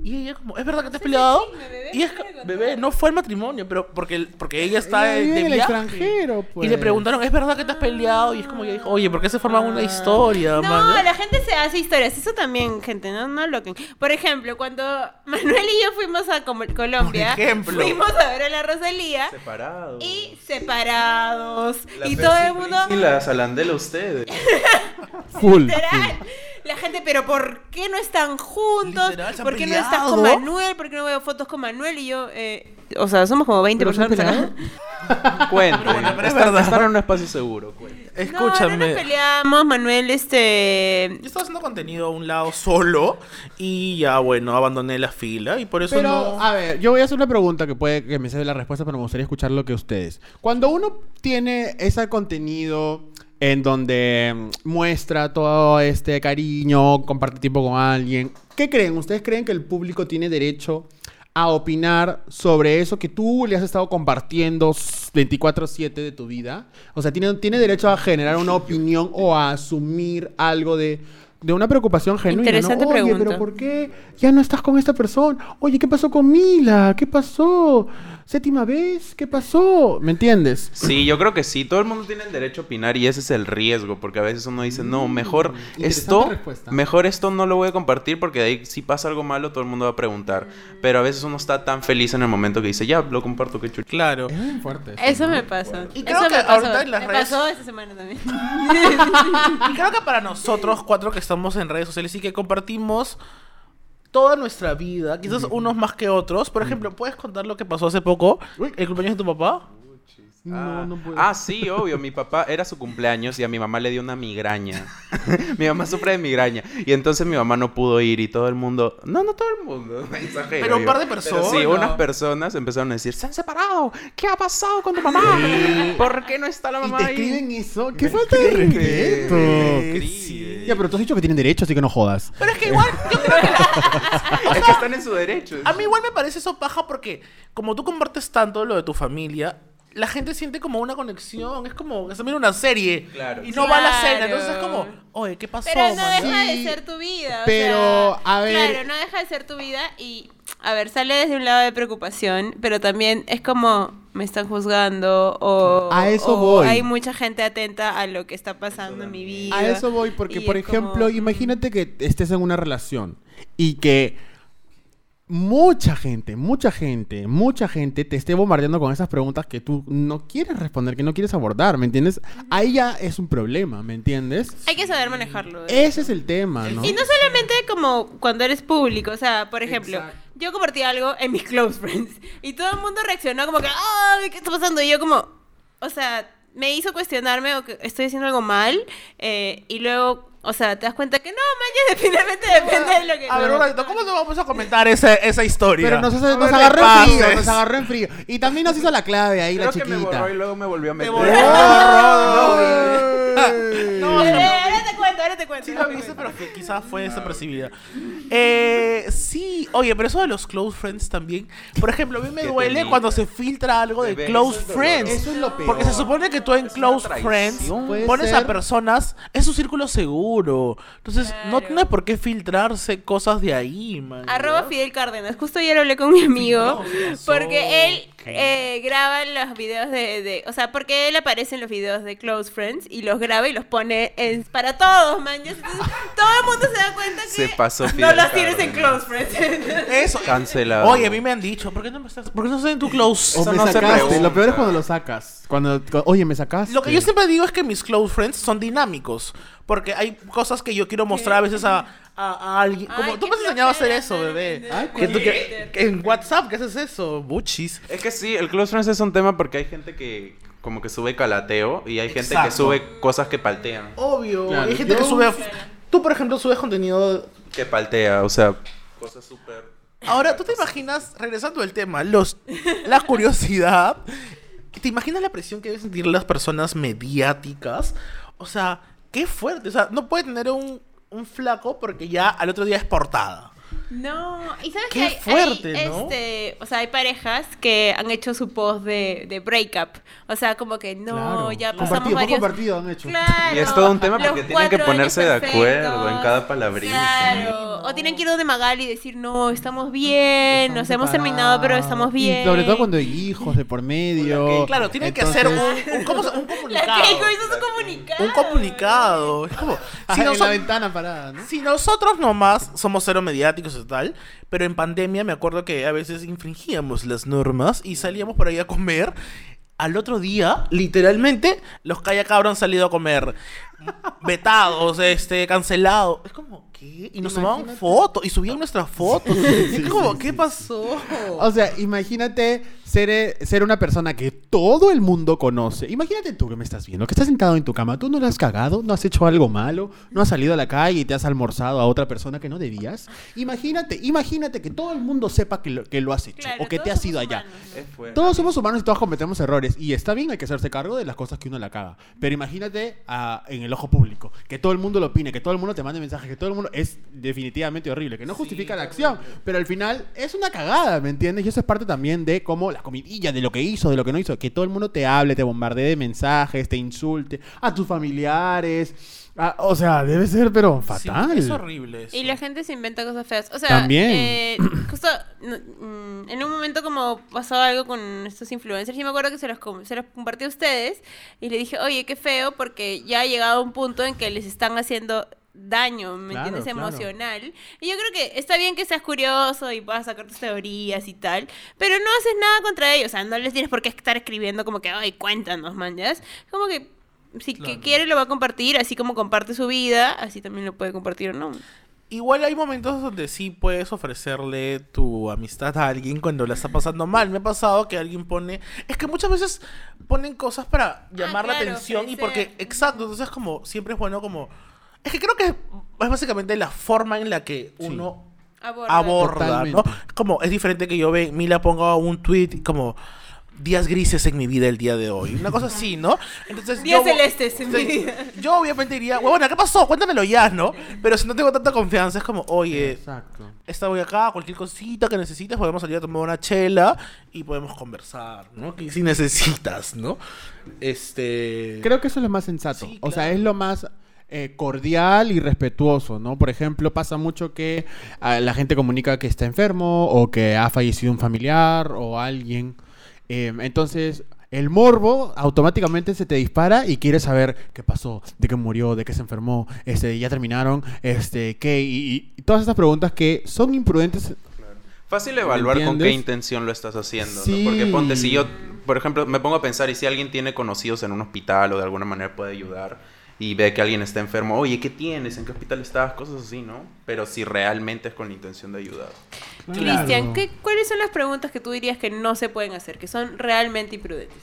Speaker 2: Y ella como, ¿es verdad que te has peleado?
Speaker 1: chisme, bebé,
Speaker 2: y es
Speaker 1: ¿cómo
Speaker 2: que-
Speaker 1: le contaron?
Speaker 2: bebé, no fue al matrimonio, pero porque, porque ella está
Speaker 4: Ella
Speaker 2: de-
Speaker 4: vive
Speaker 2: de
Speaker 4: en el
Speaker 2: viaje.
Speaker 4: extranjero,
Speaker 2: Y le
Speaker 4: pues.
Speaker 2: preguntaron, ¿es verdad que te has peleado? Y es como ella dijo, oye, ¿por qué se forma una historia,
Speaker 1: Ah. No,
Speaker 2: man?
Speaker 1: la gente se hace historias. Eso también, gente, no, no loquen. Por ejemplo, cuando [laughs] Manuel y yo fuimos a Com- Colombia,
Speaker 2: Por ejemplo.
Speaker 1: fuimos a ver a la Rosalía
Speaker 5: Separado.
Speaker 1: y separados.
Speaker 5: La
Speaker 1: y todo el
Speaker 5: Percy
Speaker 1: mundo.
Speaker 5: Prince Y la salandela ustedes.
Speaker 4: Full.
Speaker 1: Literal. La gente, pero ¿por qué no están juntos?
Speaker 2: Literal, se han
Speaker 1: ¿Por qué no estás
Speaker 2: peleado.
Speaker 1: con Manuel? ¿Por qué no veo fotos con Manuel? Y yo, eh, o sea, somos como 20
Speaker 4: ¿Pero se han
Speaker 1: personas acá.
Speaker 5: Cuenten.
Speaker 2: bueno, pero es
Speaker 5: Estar-
Speaker 2: verdad.
Speaker 5: Estar en un espacio seguro. cuenten.
Speaker 1: No, no nos
Speaker 2: Escúchame.
Speaker 1: peleamos, Manuel, este...
Speaker 2: Yo estaba haciendo contenido a un lado solo y ya, bueno, abandoné la fila y por eso
Speaker 4: Pero,
Speaker 2: no...
Speaker 4: a ver, yo voy a hacer una pregunta que puede que me sea la respuesta, pero me gustaría escuchar lo que ustedes. Cuando uno tiene ese contenido en donde mm, muestra todo este cariño, comparte tiempo con alguien, ¿qué creen? ¿Ustedes creen que el público tiene derecho a opinar sobre eso que tú le has estado compartiendo 24/7 de tu vida? O sea, ¿tiene, tiene derecho a generar una opinión o a asumir algo de... de una preocupación genuina. ¿no?
Speaker 1: Interesante
Speaker 4: Oye, pero
Speaker 1: pregunta.
Speaker 4: ¿por ¿Por qué ya no estás con esta persona? Oye, ¿qué pasó con Mila? ¿Qué pasó? Séptima vez, ¿qué pasó? ¿Me entiendes?
Speaker 5: Sí, yo creo que sí. Todo el mundo tiene el derecho a opinar y ese es el riesgo, porque a veces uno dice, no, mejor esto,
Speaker 4: Mm, respuesta.
Speaker 5: mejor esto no lo voy a compartir porque de ahí si pasa algo malo todo el mundo va a preguntar.
Speaker 4: Mm.
Speaker 5: Pero a veces uno está tan feliz en el momento que dice, ya, lo comparto, que chulo.
Speaker 2: Claro.
Speaker 4: Es muy fuerte. eso.
Speaker 1: Eso me pasó.
Speaker 2: Y creo
Speaker 1: Eso
Speaker 2: que
Speaker 1: me pasó.
Speaker 2: ahorita en las
Speaker 1: me
Speaker 2: redes-
Speaker 1: pasó esta semana también.
Speaker 2: Y creo que para nosotros cuatro que estamos en redes sociales y que compartimos toda nuestra vida, quizás unos más que otros. Por ejemplo, ¿puedes contar lo que pasó hace poco? ¿El cumpleaños de tu papá?
Speaker 4: No,
Speaker 5: Ah,
Speaker 4: no puedo.
Speaker 5: ah, sí, obvio. Mi papá era su cumpleaños y a mi mamá le dio una migraña. [laughs] mi mamá sufre de migraña. Y entonces mi mamá no pudo ir y todo el mundo. No, no todo el mundo. [laughs] exagero,
Speaker 2: Pero un
Speaker 5: yo.
Speaker 2: par de
Speaker 5: Pero
Speaker 2: personas.
Speaker 5: Sí, unas personas empezaron a decir: Se han separado. ¿Qué ha pasado con tu mamá? ¿Por qué no está la
Speaker 4: ¿Y
Speaker 5: mamá
Speaker 4: te
Speaker 5: ahí?"
Speaker 4: escriben eso? ¡Qué falta de respeto!
Speaker 5: escriben.
Speaker 4: Sí. Ya, pero tú has dicho que tienen derecho, así que no jodas.
Speaker 2: Pero es que igual, yo creo que la-
Speaker 5: Es que están en su derecho.
Speaker 2: a mí igual me parece eso paja porque como tú compartes tanto lo de tu familia, la gente siente como una conexión, es como que se mira una serie
Speaker 5: Claro.
Speaker 2: y no va a la
Speaker 1: Claro.
Speaker 2: cena, entonces es como, oye, ¿qué pasó?
Speaker 1: Pero no
Speaker 2: man?
Speaker 1: deja
Speaker 4: Sí,
Speaker 1: de ser tu vida. o
Speaker 4: pero,
Speaker 1: sea,
Speaker 4: a ver-
Speaker 1: Claro, no deja de ser tu vida y, a ver, sale desde un lado de preocupación, pero también es como me están juzgando o,
Speaker 4: A eso
Speaker 1: o
Speaker 4: voy.
Speaker 1: hay mucha gente atenta a lo que está pasando en mi vida.
Speaker 4: A eso voy, porque
Speaker 1: Y
Speaker 4: por
Speaker 1: es como, mm.
Speaker 4: ejemplo, imagínate que estés en una relación y que mucha gente, mucha gente, mucha gente te esté bombardeando con esas preguntas que tú no quieres responder, que no quieres abordar, ¿me entiendes? Ahí ya es un problema, ¿me entiendes?
Speaker 1: Hay que saber manejarlo. ¿eh?
Speaker 4: Ese es el tema, ¿no?
Speaker 1: Y no solamente como cuando eres público, o sea, por ejemplo, yo compartí algo en mis close friends y todo el mundo reaccionó como que, ¡ay, qué está pasando! Y yo como, o sea, me hizo cuestionarme o que estoy haciendo algo mal eh, y luego, o sea, te das cuenta que no, [laughs] manches, finalmente depende de lo que...
Speaker 2: A ver, un ratito, ¿cómo no vamos a comentar esa, esa historia?
Speaker 4: Pero nos, hace-
Speaker 2: No
Speaker 4: nos
Speaker 2: me
Speaker 4: agarró en frío,
Speaker 2: pases.
Speaker 4: nos agarró en frío. Y también nos hizo la clave ahí, la
Speaker 5: Creo que me
Speaker 4: chiquita. [laughs]
Speaker 5: borró y luego me volvió a meter.
Speaker 2: borró.
Speaker 1: Eh,
Speaker 2: No,
Speaker 1: ahora te cuento, ahora te cuento.
Speaker 2: Sí lo hice, pero que quizás fue desapercibida. Eh, sí, oye, pero eso de los close friends también. Por ejemplo, a mí me
Speaker 5: Qué
Speaker 2: duele
Speaker 5: temita.
Speaker 2: cuando se filtra algo de
Speaker 5: Bebé,
Speaker 2: close
Speaker 5: eso es
Speaker 2: friends.
Speaker 4: Eso
Speaker 5: doloroso.
Speaker 4: es lo peor.
Speaker 2: Porque se supone que tú en
Speaker 5: Es una
Speaker 2: close
Speaker 5: traición.
Speaker 2: friends
Speaker 4: Puede
Speaker 2: pones
Speaker 4: ser.
Speaker 2: a personas, es su círculo seguro. Entonces, no tiene por qué filtrarse cosas de ahí, man.
Speaker 1: Arroba Fidel Cárdenas. Justo ayer hablé con mi amigo [laughs]
Speaker 2: Dios,
Speaker 1: porque él
Speaker 2: ok.
Speaker 1: eh, graba los videos de, de- O sea, porque él aparece en los videos de Close Friends y los graba y los pone en- para todos, man. ya. Entonces, todo el mundo se da cuenta que
Speaker 5: Se pasó
Speaker 1: no
Speaker 5: Fidel
Speaker 1: los tienes en Close
Speaker 5: Cárdenas.
Speaker 1: Friends. [laughs]
Speaker 2: Eso.
Speaker 5: Cancelado.
Speaker 2: Oye, a mí me han dicho, ¿por qué no, me estás, ¿por qué no estás en tu close?
Speaker 4: O
Speaker 5: Eso
Speaker 4: me
Speaker 5: no se
Speaker 4: sacaste.
Speaker 5: pregunta.
Speaker 4: Lo peor es cuando lo sacas. Cuando, cu- oye, me sacaste.
Speaker 2: Lo que yo siempre digo es que mis close friends son dinámicos. Porque hay cosas que yo quiero mostrar a veces a, a- a alguien. Como,
Speaker 1: Ay,
Speaker 2: tú
Speaker 1: qué
Speaker 2: me has enseñado a hacer
Speaker 1: flojera,
Speaker 2: eso, bebé.
Speaker 1: Ay,
Speaker 2: Que
Speaker 1: ¿cuál?
Speaker 2: tú- que- que en WhatsApp, ¿qué haces eso? Buchis.
Speaker 5: Es que sí, el close friends es un tema porque hay gente que como que sube calateo y hay gente
Speaker 2: Exacto.
Speaker 5: que sube cosas que paltean.
Speaker 2: Obvio.
Speaker 4: Claro,
Speaker 2: hay gente
Speaker 4: yo-
Speaker 2: que sube. Tú, por ejemplo, subes contenido.
Speaker 5: Que paltea, o sea, cosas súper...
Speaker 2: Ahora, ¿tú te imaginas, regresando al tema, los,
Speaker 1: [laughs]
Speaker 2: la curiosidad? ¿Te imaginas la presión que deben sentir las personas mediáticas? O sea, qué fuerte. O sea, no puede tener un, un flaco porque ya al otro día es portada.
Speaker 1: No, y sabes
Speaker 2: Qué
Speaker 1: que hay,
Speaker 2: fuerte,
Speaker 1: hay,
Speaker 2: ¿no?
Speaker 1: este, o sea, hay parejas que han hecho su post de, de breakup. O sea, como que no,
Speaker 4: Claro.
Speaker 1: ya pasamos
Speaker 4: Compartido, poco
Speaker 1: varios
Speaker 4: compartido han hecho.
Speaker 1: Claro.
Speaker 5: Y es todo un tema
Speaker 1: Los
Speaker 5: porque tienen que
Speaker 1: cuatro
Speaker 5: ponerse
Speaker 1: años
Speaker 5: de acuerdo en
Speaker 1: perfectos.
Speaker 5: cada palabrita.
Speaker 1: Claro. O tienen que ir donde Magali y decir, no, estamos bien, nos hemos terminado, pero estamos bien.
Speaker 4: Y sobre todo cuando hay hijos de por medio.
Speaker 2: Claro, tienen
Speaker 4: Entonces-
Speaker 2: que
Speaker 4: [laughs]
Speaker 2: hacer un, un, ¿cómo se- un
Speaker 1: [laughs] [laughs] La
Speaker 2: comunicado.
Speaker 1: Keiko hizo su comunicado.
Speaker 2: Un comunicado. Es
Speaker 4: [laughs]
Speaker 2: como, si,
Speaker 4: en
Speaker 2: noso-
Speaker 4: la ventana parada, ¿no?
Speaker 2: si nosotros nomás somos cero mediáticos y tal, pero en pandemia me acuerdo que a veces infringíamos las normas y salíamos por ahí a comer. Al otro día, literalmente, los cayacabros han salido a comer. vetados, este, cancelados. Es como, ¿qué? Y nos tomaban fotos y subían nuestras fotos. es como, ¿qué pasó?
Speaker 4: O sea, imagínate ser, eh, ser una persona que todo el mundo conoce. Imagínate tú que me estás viendo, que estás sentado en tu cama. ¿Tú no la has cagado? ¿No has hecho algo malo? ¿No has salido a la calle y te has almorzado a otra persona que no debías? Imagínate, imagínate que todo el mundo sepa que lo, que lo has hecho
Speaker 1: Claro,
Speaker 4: o que te
Speaker 1: todos
Speaker 4: has ido
Speaker 1: somos
Speaker 4: allá.
Speaker 1: humanos,
Speaker 5: Es
Speaker 2: Pues,
Speaker 5: fuerte.
Speaker 4: Todos somos humanos y todos cometemos errores. Y está bien, hay que hacerse cargo de las cosas que uno la caga. Pero imagínate ah, en el ojo público, que todo el mundo lo opine, que todo el mundo te mande mensajes, que todo el mundo. Es definitivamente horrible, que no justifica la acción. Pero al final es una cagada, ¿me entiendes? Y eso es parte también de cómo la comidilla, de lo que hizo, de lo que no hizo. Que todo el mundo te hable, te bombardee de mensajes, te insulte, a tus familiares. Ah, o sea, debe ser, pero
Speaker 2: Sí,
Speaker 4: fatal.
Speaker 2: es horrible eso.
Speaker 1: Y la gente se inventa cosas feas. O sea,
Speaker 4: También.
Speaker 1: eh, [coughs] justo no, mm, en un momento como pasó algo con estos influencers, yo me acuerdo que se los, com- se los compartí a ustedes y le dije, oye, qué feo, porque ya ha llegado un punto en que les están haciendo daño, ¿me
Speaker 4: Claro,
Speaker 1: entiendes?
Speaker 4: claro.
Speaker 1: Emocional. Y yo creo que está bien que seas curioso y puedas sacar tus teorías y tal, pero no haces nada contra ellos. O sea, no les tienes por qué estar escribiendo como que, ay, cuéntanos, man, ¿ya? Es Como que si que quiere lo va a compartir, así como comparte su vida, así también lo puede compartir o no.
Speaker 2: Igual hay momentos donde sí puedes ofrecerle tu amistad a alguien cuando la está pasando mal. Me ha pasado que alguien pone. Es que muchas veces ponen cosas para llamar la
Speaker 1: claro,
Speaker 2: atención y porque.
Speaker 1: ofrecer.
Speaker 2: Exacto, entonces como siempre es bueno como. Es que creo que es básicamente la forma en la que uno
Speaker 1: Aborda.
Speaker 2: aborda, ¿no?
Speaker 4: Totalmente.
Speaker 2: Como es diferente que yo ve, Mila ponga un tweet como días grises en mi vida el día de hoy, una cosa así, ¿no? Entonces
Speaker 1: Días
Speaker 2: yo-
Speaker 1: celestes en mi
Speaker 2: Sí.
Speaker 1: vida.
Speaker 2: Yo obviamente diría, bueno, ¿qué pasó? Cuéntamelo ya, ¿no? Pero si no tengo tanta confianza es como, oye,
Speaker 4: Exacto.
Speaker 2: esta voy acá, cualquier cosita que necesites, podemos salir a tomar una chela y podemos conversar, ¿no? Que si necesitas, ¿no? Este
Speaker 4: Creo que eso es lo más sensato.
Speaker 2: Sí,
Speaker 4: O sea,
Speaker 2: claro.
Speaker 4: es lo más eh, cordial y respetuoso, ¿no? Por ejemplo, pasa mucho que ah, la gente comunica que está enfermo o que ha fallecido un familiar o alguien. Eh, entonces, el morbo automáticamente se te dispara y quieres saber qué pasó, de qué murió, de qué se enfermó, este, ya terminaron, este, qué, y, y- y todas estas preguntas que son imprudentes.
Speaker 5: Fácil
Speaker 4: ¿Me
Speaker 5: evaluar con qué
Speaker 4: entiendes?
Speaker 5: intención lo estás haciendo.
Speaker 4: Sí.
Speaker 5: ¿no? Porque ponte, si yo, por ejemplo, me pongo a pensar, y si alguien tiene conocidos en un hospital o de alguna manera puede ayudar y ve que alguien está enfermo, oye, ¿qué tienes? ¿En qué hospital estabas? Cosas así, ¿no? Pero si realmente es con la intención de ayudar.
Speaker 1: Cristian, ¿qué- ¿cuáles son las preguntas que tú dirías que no se pueden hacer, que son realmente imprudentes?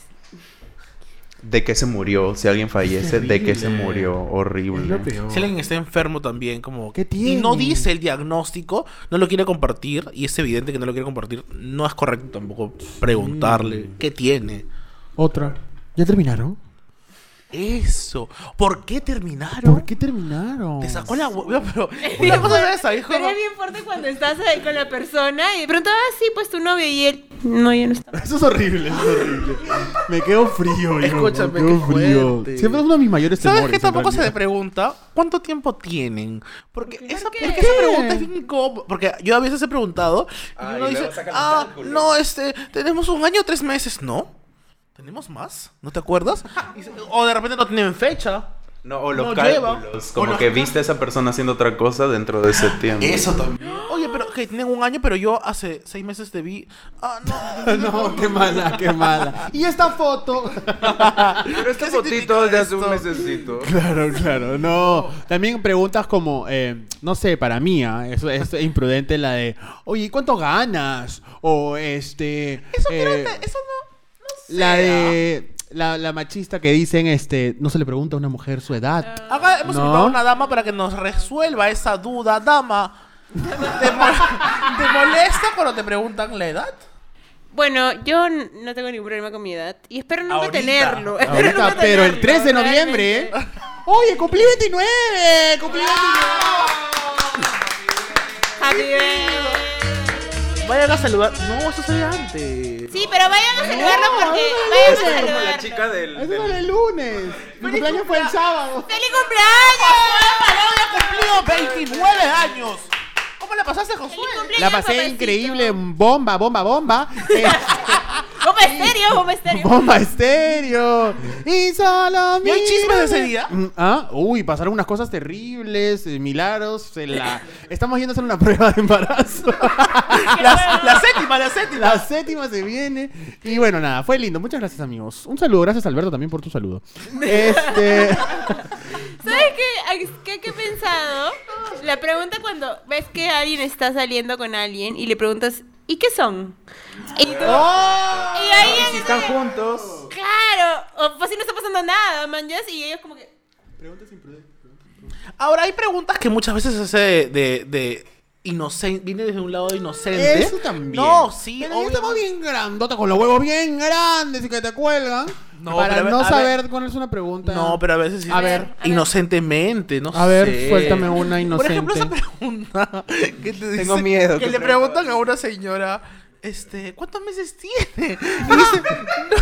Speaker 5: ¿De qué se murió? Si alguien fallece, ¿de qué se
Speaker 4: Terrible.
Speaker 5: murió? Horrible.
Speaker 2: Si alguien está enfermo también, como
Speaker 4: ¿Qué
Speaker 2: y no
Speaker 4: tiene?
Speaker 2: dice el diagnóstico, no lo quiere compartir, y es evidente que no lo quiere compartir, no es correcto tampoco preguntarle
Speaker 4: Mm.
Speaker 2: qué tiene.
Speaker 4: Otra. ¿Ya terminaron?
Speaker 2: Eso. ¿Por qué terminaron?
Speaker 4: ¿Por qué terminaron?
Speaker 2: Te sacó la hue-
Speaker 4: [laughs]
Speaker 2: pero una cosa es esa, hijo.
Speaker 1: Pero es bien fuerte cuando estás ahí con la persona y de pronto, ah, sí, pues tu novio y él, no, ya no está.
Speaker 4: Eso es horrible, eso es horrible. Me quedo frío, yo.
Speaker 2: Escúchame,
Speaker 4: me quedo
Speaker 2: qué
Speaker 4: frío.
Speaker 2: fuerte.
Speaker 4: Siempre es uno de mis mayores
Speaker 2: ¿Sabes
Speaker 4: temores,
Speaker 2: qué
Speaker 4: en
Speaker 2: tampoco se le
Speaker 4: realidad.
Speaker 2: pregunta? ¿Cuánto tiempo tienen? Porque esa,
Speaker 1: qué?
Speaker 2: porque esa pregunta es bien incómoda. Porque yo a veces he preguntado y
Speaker 5: Ah, y
Speaker 2: uno
Speaker 5: luego
Speaker 2: dice,
Speaker 5: sacan los
Speaker 2: ah,
Speaker 5: cálculos".
Speaker 2: no, este, tenemos un año, tres meses. No, tenemos más, ¿no te acuerdas? Y se- O de repente no tienen fecha.
Speaker 5: No, o los
Speaker 2: No lleva.
Speaker 5: cálculos. Como
Speaker 2: O los
Speaker 5: que viste a esa persona haciendo otra cosa dentro de ese tiempo.
Speaker 2: también. Oye, pero que tienen un año, pero yo hace seis meses te vi. Ah, no.
Speaker 4: [laughs] No, qué mala, qué mala. Y esta foto. [laughs]
Speaker 5: Pero esta
Speaker 2: ¿Qué
Speaker 5: fotito
Speaker 2: significa
Speaker 5: es de hace un
Speaker 2: esto?
Speaker 5: mesecito.
Speaker 4: Claro, claro, no. También preguntas como, eh, no sé, para mí, ah, eso es imprudente la de, oye, ¿cuánto ganas? O este.
Speaker 2: Eso,
Speaker 4: eh,
Speaker 2: espérate, eso no.
Speaker 4: La de. La, la machista que dicen, este, no se le pregunta a una mujer su edad.
Speaker 2: Acá hemos
Speaker 4: No.
Speaker 2: invitado a una dama para que nos resuelva esa duda, dama. ¿Te, mo- te molesta cuando te preguntan la edad?
Speaker 1: Bueno, yo n- no tengo ningún problema con mi edad y espero nunca
Speaker 2: Ahorita.
Speaker 1: tenerlo. espero
Speaker 4: Ahorita,
Speaker 1: nunca
Speaker 4: pero el
Speaker 1: tenerlo,
Speaker 4: 3 de noviembre. ¿eh?
Speaker 1: realmente.
Speaker 4: Oye, cumplí 29. Cumplí 29.
Speaker 1: Happy birthday.
Speaker 2: Vayan a saludar. No, eso sería antes.
Speaker 1: Sí, pero vayan a saludarlo porque
Speaker 4: no, no,
Speaker 1: vayan a
Speaker 5: Como la
Speaker 1: saludarlo.
Speaker 5: chica del.
Speaker 4: Eso
Speaker 5: del-
Speaker 4: era el lunes. Mi cumpleaños fue el sábado.
Speaker 1: ¡Feliz cumpleaños!
Speaker 2: cumplido 29 años. ¿Cómo la pasaste,
Speaker 1: ¡Feliz
Speaker 2: Josué?
Speaker 1: cumpleaños,
Speaker 4: La pasé
Speaker 2: [laughs]
Speaker 1: papacito!
Speaker 4: increíble, bomba, bomba, bomba. Eh,
Speaker 1: Bomba estéreo, bomba estéreo.
Speaker 4: Bomba estéreo. Y
Speaker 2: ¿Y
Speaker 4: solo
Speaker 2: hay
Speaker 4: mírame.
Speaker 2: chismes de ese día?
Speaker 4: Mm, Ah, uy, pasaron unas cosas terribles, eh, milagros. se la- Estamos yendo a hacer una prueba de embarazo. [laughs]
Speaker 2: Ah, La, la séptima, la séptima.
Speaker 4: La séptima se viene. Y bueno, nada, fue lindo. Muchas gracias, amigos. Un saludo. Gracias, Alberto, también por
Speaker 2: [laughs]
Speaker 4: tu saludo. Este.
Speaker 1: ¿Sabes qué, qué, qué he pensado? La pregunta cuando ves que alguien está saliendo con alguien y le preguntas, ¿y qué son? Y tú,
Speaker 2: Oh. Ah,
Speaker 1: y ahí
Speaker 5: Si
Speaker 1: es
Speaker 5: están
Speaker 1: como que,
Speaker 5: juntos.
Speaker 1: claro, o pues si no está pasando nada, man, ya, y ellos como que,
Speaker 2: Ahora, hay preguntas que muchas veces se hace de... de, de inocen- viene desde un lado de inocente.
Speaker 4: Eso también.
Speaker 2: No, sí,
Speaker 4: Pero
Speaker 2: obvio.
Speaker 4: yo estaba bien grandota, con los huevos bien grandes y que te cuelgan.
Speaker 2: No,
Speaker 4: para
Speaker 2: pero a ver-
Speaker 4: no
Speaker 2: a
Speaker 4: saber cuál es una pregunta.
Speaker 2: No, pero a veces sí.
Speaker 4: A ver.
Speaker 2: Inocentemente, no
Speaker 4: A ver,
Speaker 2: sé.
Speaker 4: suéltame una
Speaker 2: Por ejemplo, esa
Speaker 4: inocente.
Speaker 2: pregunta [laughs] que te dice-
Speaker 5: Tengo miedo,
Speaker 2: Que
Speaker 5: qué
Speaker 2: le
Speaker 5: pregunta.
Speaker 2: preguntan a una señora, este, ¿cuántos meses tiene?
Speaker 4: [laughs]
Speaker 2: Y dice,
Speaker 1: no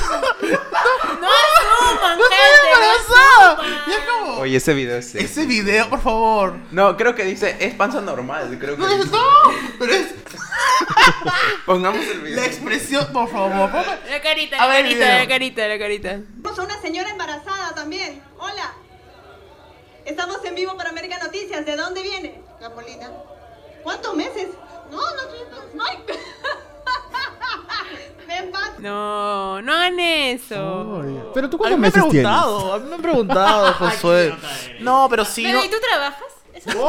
Speaker 1: asuman,
Speaker 2: ¡No estoy embarazada! Y es como,
Speaker 5: Oye, ese video es.
Speaker 4: pues.
Speaker 2: ese video, por favor.
Speaker 5: No, creo que dice, es panza normal, creo que.
Speaker 2: No,
Speaker 5: dice.
Speaker 2: no, pero es
Speaker 5: Pongamos el
Speaker 2: la
Speaker 5: video.
Speaker 2: expresión, por favor. ponga-
Speaker 1: La carita,
Speaker 2: A
Speaker 1: la
Speaker 2: ver,
Speaker 1: carita,
Speaker 2: video.
Speaker 1: la carita, la carita.
Speaker 7: Tenemos a una señora embarazada también. Hola. Estamos en vivo para América Noticias. ¿De dónde viene? La Molina. ¿Cuántos meses? No, no [laughs] estoy... Ven, paz.
Speaker 1: No, no hagan eso.
Speaker 4: Oye, Pero tú
Speaker 2: A mí
Speaker 4: cuántos
Speaker 2: me han
Speaker 4: meses tienes.
Speaker 2: preguntado, a mí me han preguntado, Josué. No, pero sí.
Speaker 1: Pero,
Speaker 2: No,
Speaker 1: ¿y tú trabajas? Esa-
Speaker 2: ¡Oh!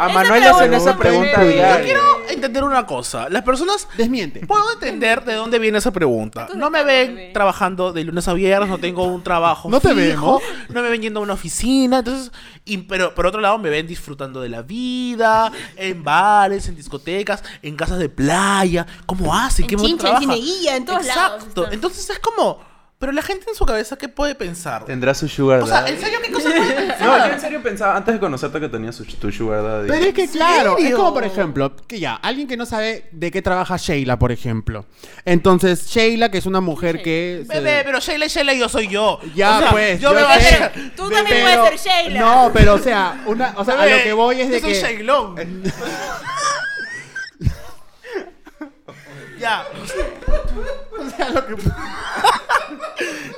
Speaker 5: A
Speaker 1: esa
Speaker 5: Manuel le hacen
Speaker 1: pregunta
Speaker 5: esa pregunta
Speaker 1: puede-
Speaker 5: diaria.
Speaker 2: Yo quiero entender una cosa. Las personas
Speaker 4: Desmiente.
Speaker 2: Puedo entender de dónde viene esa pregunta. No me ven
Speaker 1: bebé.
Speaker 2: trabajando de lunes a viernes, no tengo un trabajo.
Speaker 4: No te
Speaker 2: fijo,
Speaker 4: vemos.
Speaker 2: No me ven yendo a una oficina. Entonces, y- pero por otro lado, me ven disfrutando de la vida, en bares, en discotecas, en casas de playa. ¿Cómo hacen?
Speaker 1: En
Speaker 2: ¿Qué modo
Speaker 1: Chincha, en
Speaker 2: trabajan?
Speaker 1: Cineguilla, en todos
Speaker 2: Exacto.
Speaker 1: lados están.
Speaker 2: Entonces es como. Pero la gente en su cabeza, ¿qué puede pensar?
Speaker 5: Tendrá su sugar
Speaker 2: O sea,
Speaker 5: daddy.
Speaker 2: ¿en serio qué cosa puede pensar?
Speaker 5: [laughs] No, yo en serio pensaba, antes de conocerte que tenías su- tu sugar daddy.
Speaker 4: Pero es que, claro, es
Speaker 2: serio?
Speaker 4: como por ejemplo, que ya, alguien que no sabe de qué trabaja Sheila, por ejemplo. Entonces, Sheila, que es una mujer que. se-
Speaker 2: Bebé, pero Sheila, Sheila, yo soy yo.
Speaker 4: Ya,
Speaker 2: O sea,
Speaker 4: pues.
Speaker 2: Yo, me voy a
Speaker 4: sé.
Speaker 2: hacer.
Speaker 1: Tú también puedes ser Sheila.
Speaker 4: No, pero o sea, una, o sea, a lo que voy es de
Speaker 2: soy
Speaker 4: que. [laughs]
Speaker 2: Shailon. ya.
Speaker 4: O sea, lo que-
Speaker 2: [laughs]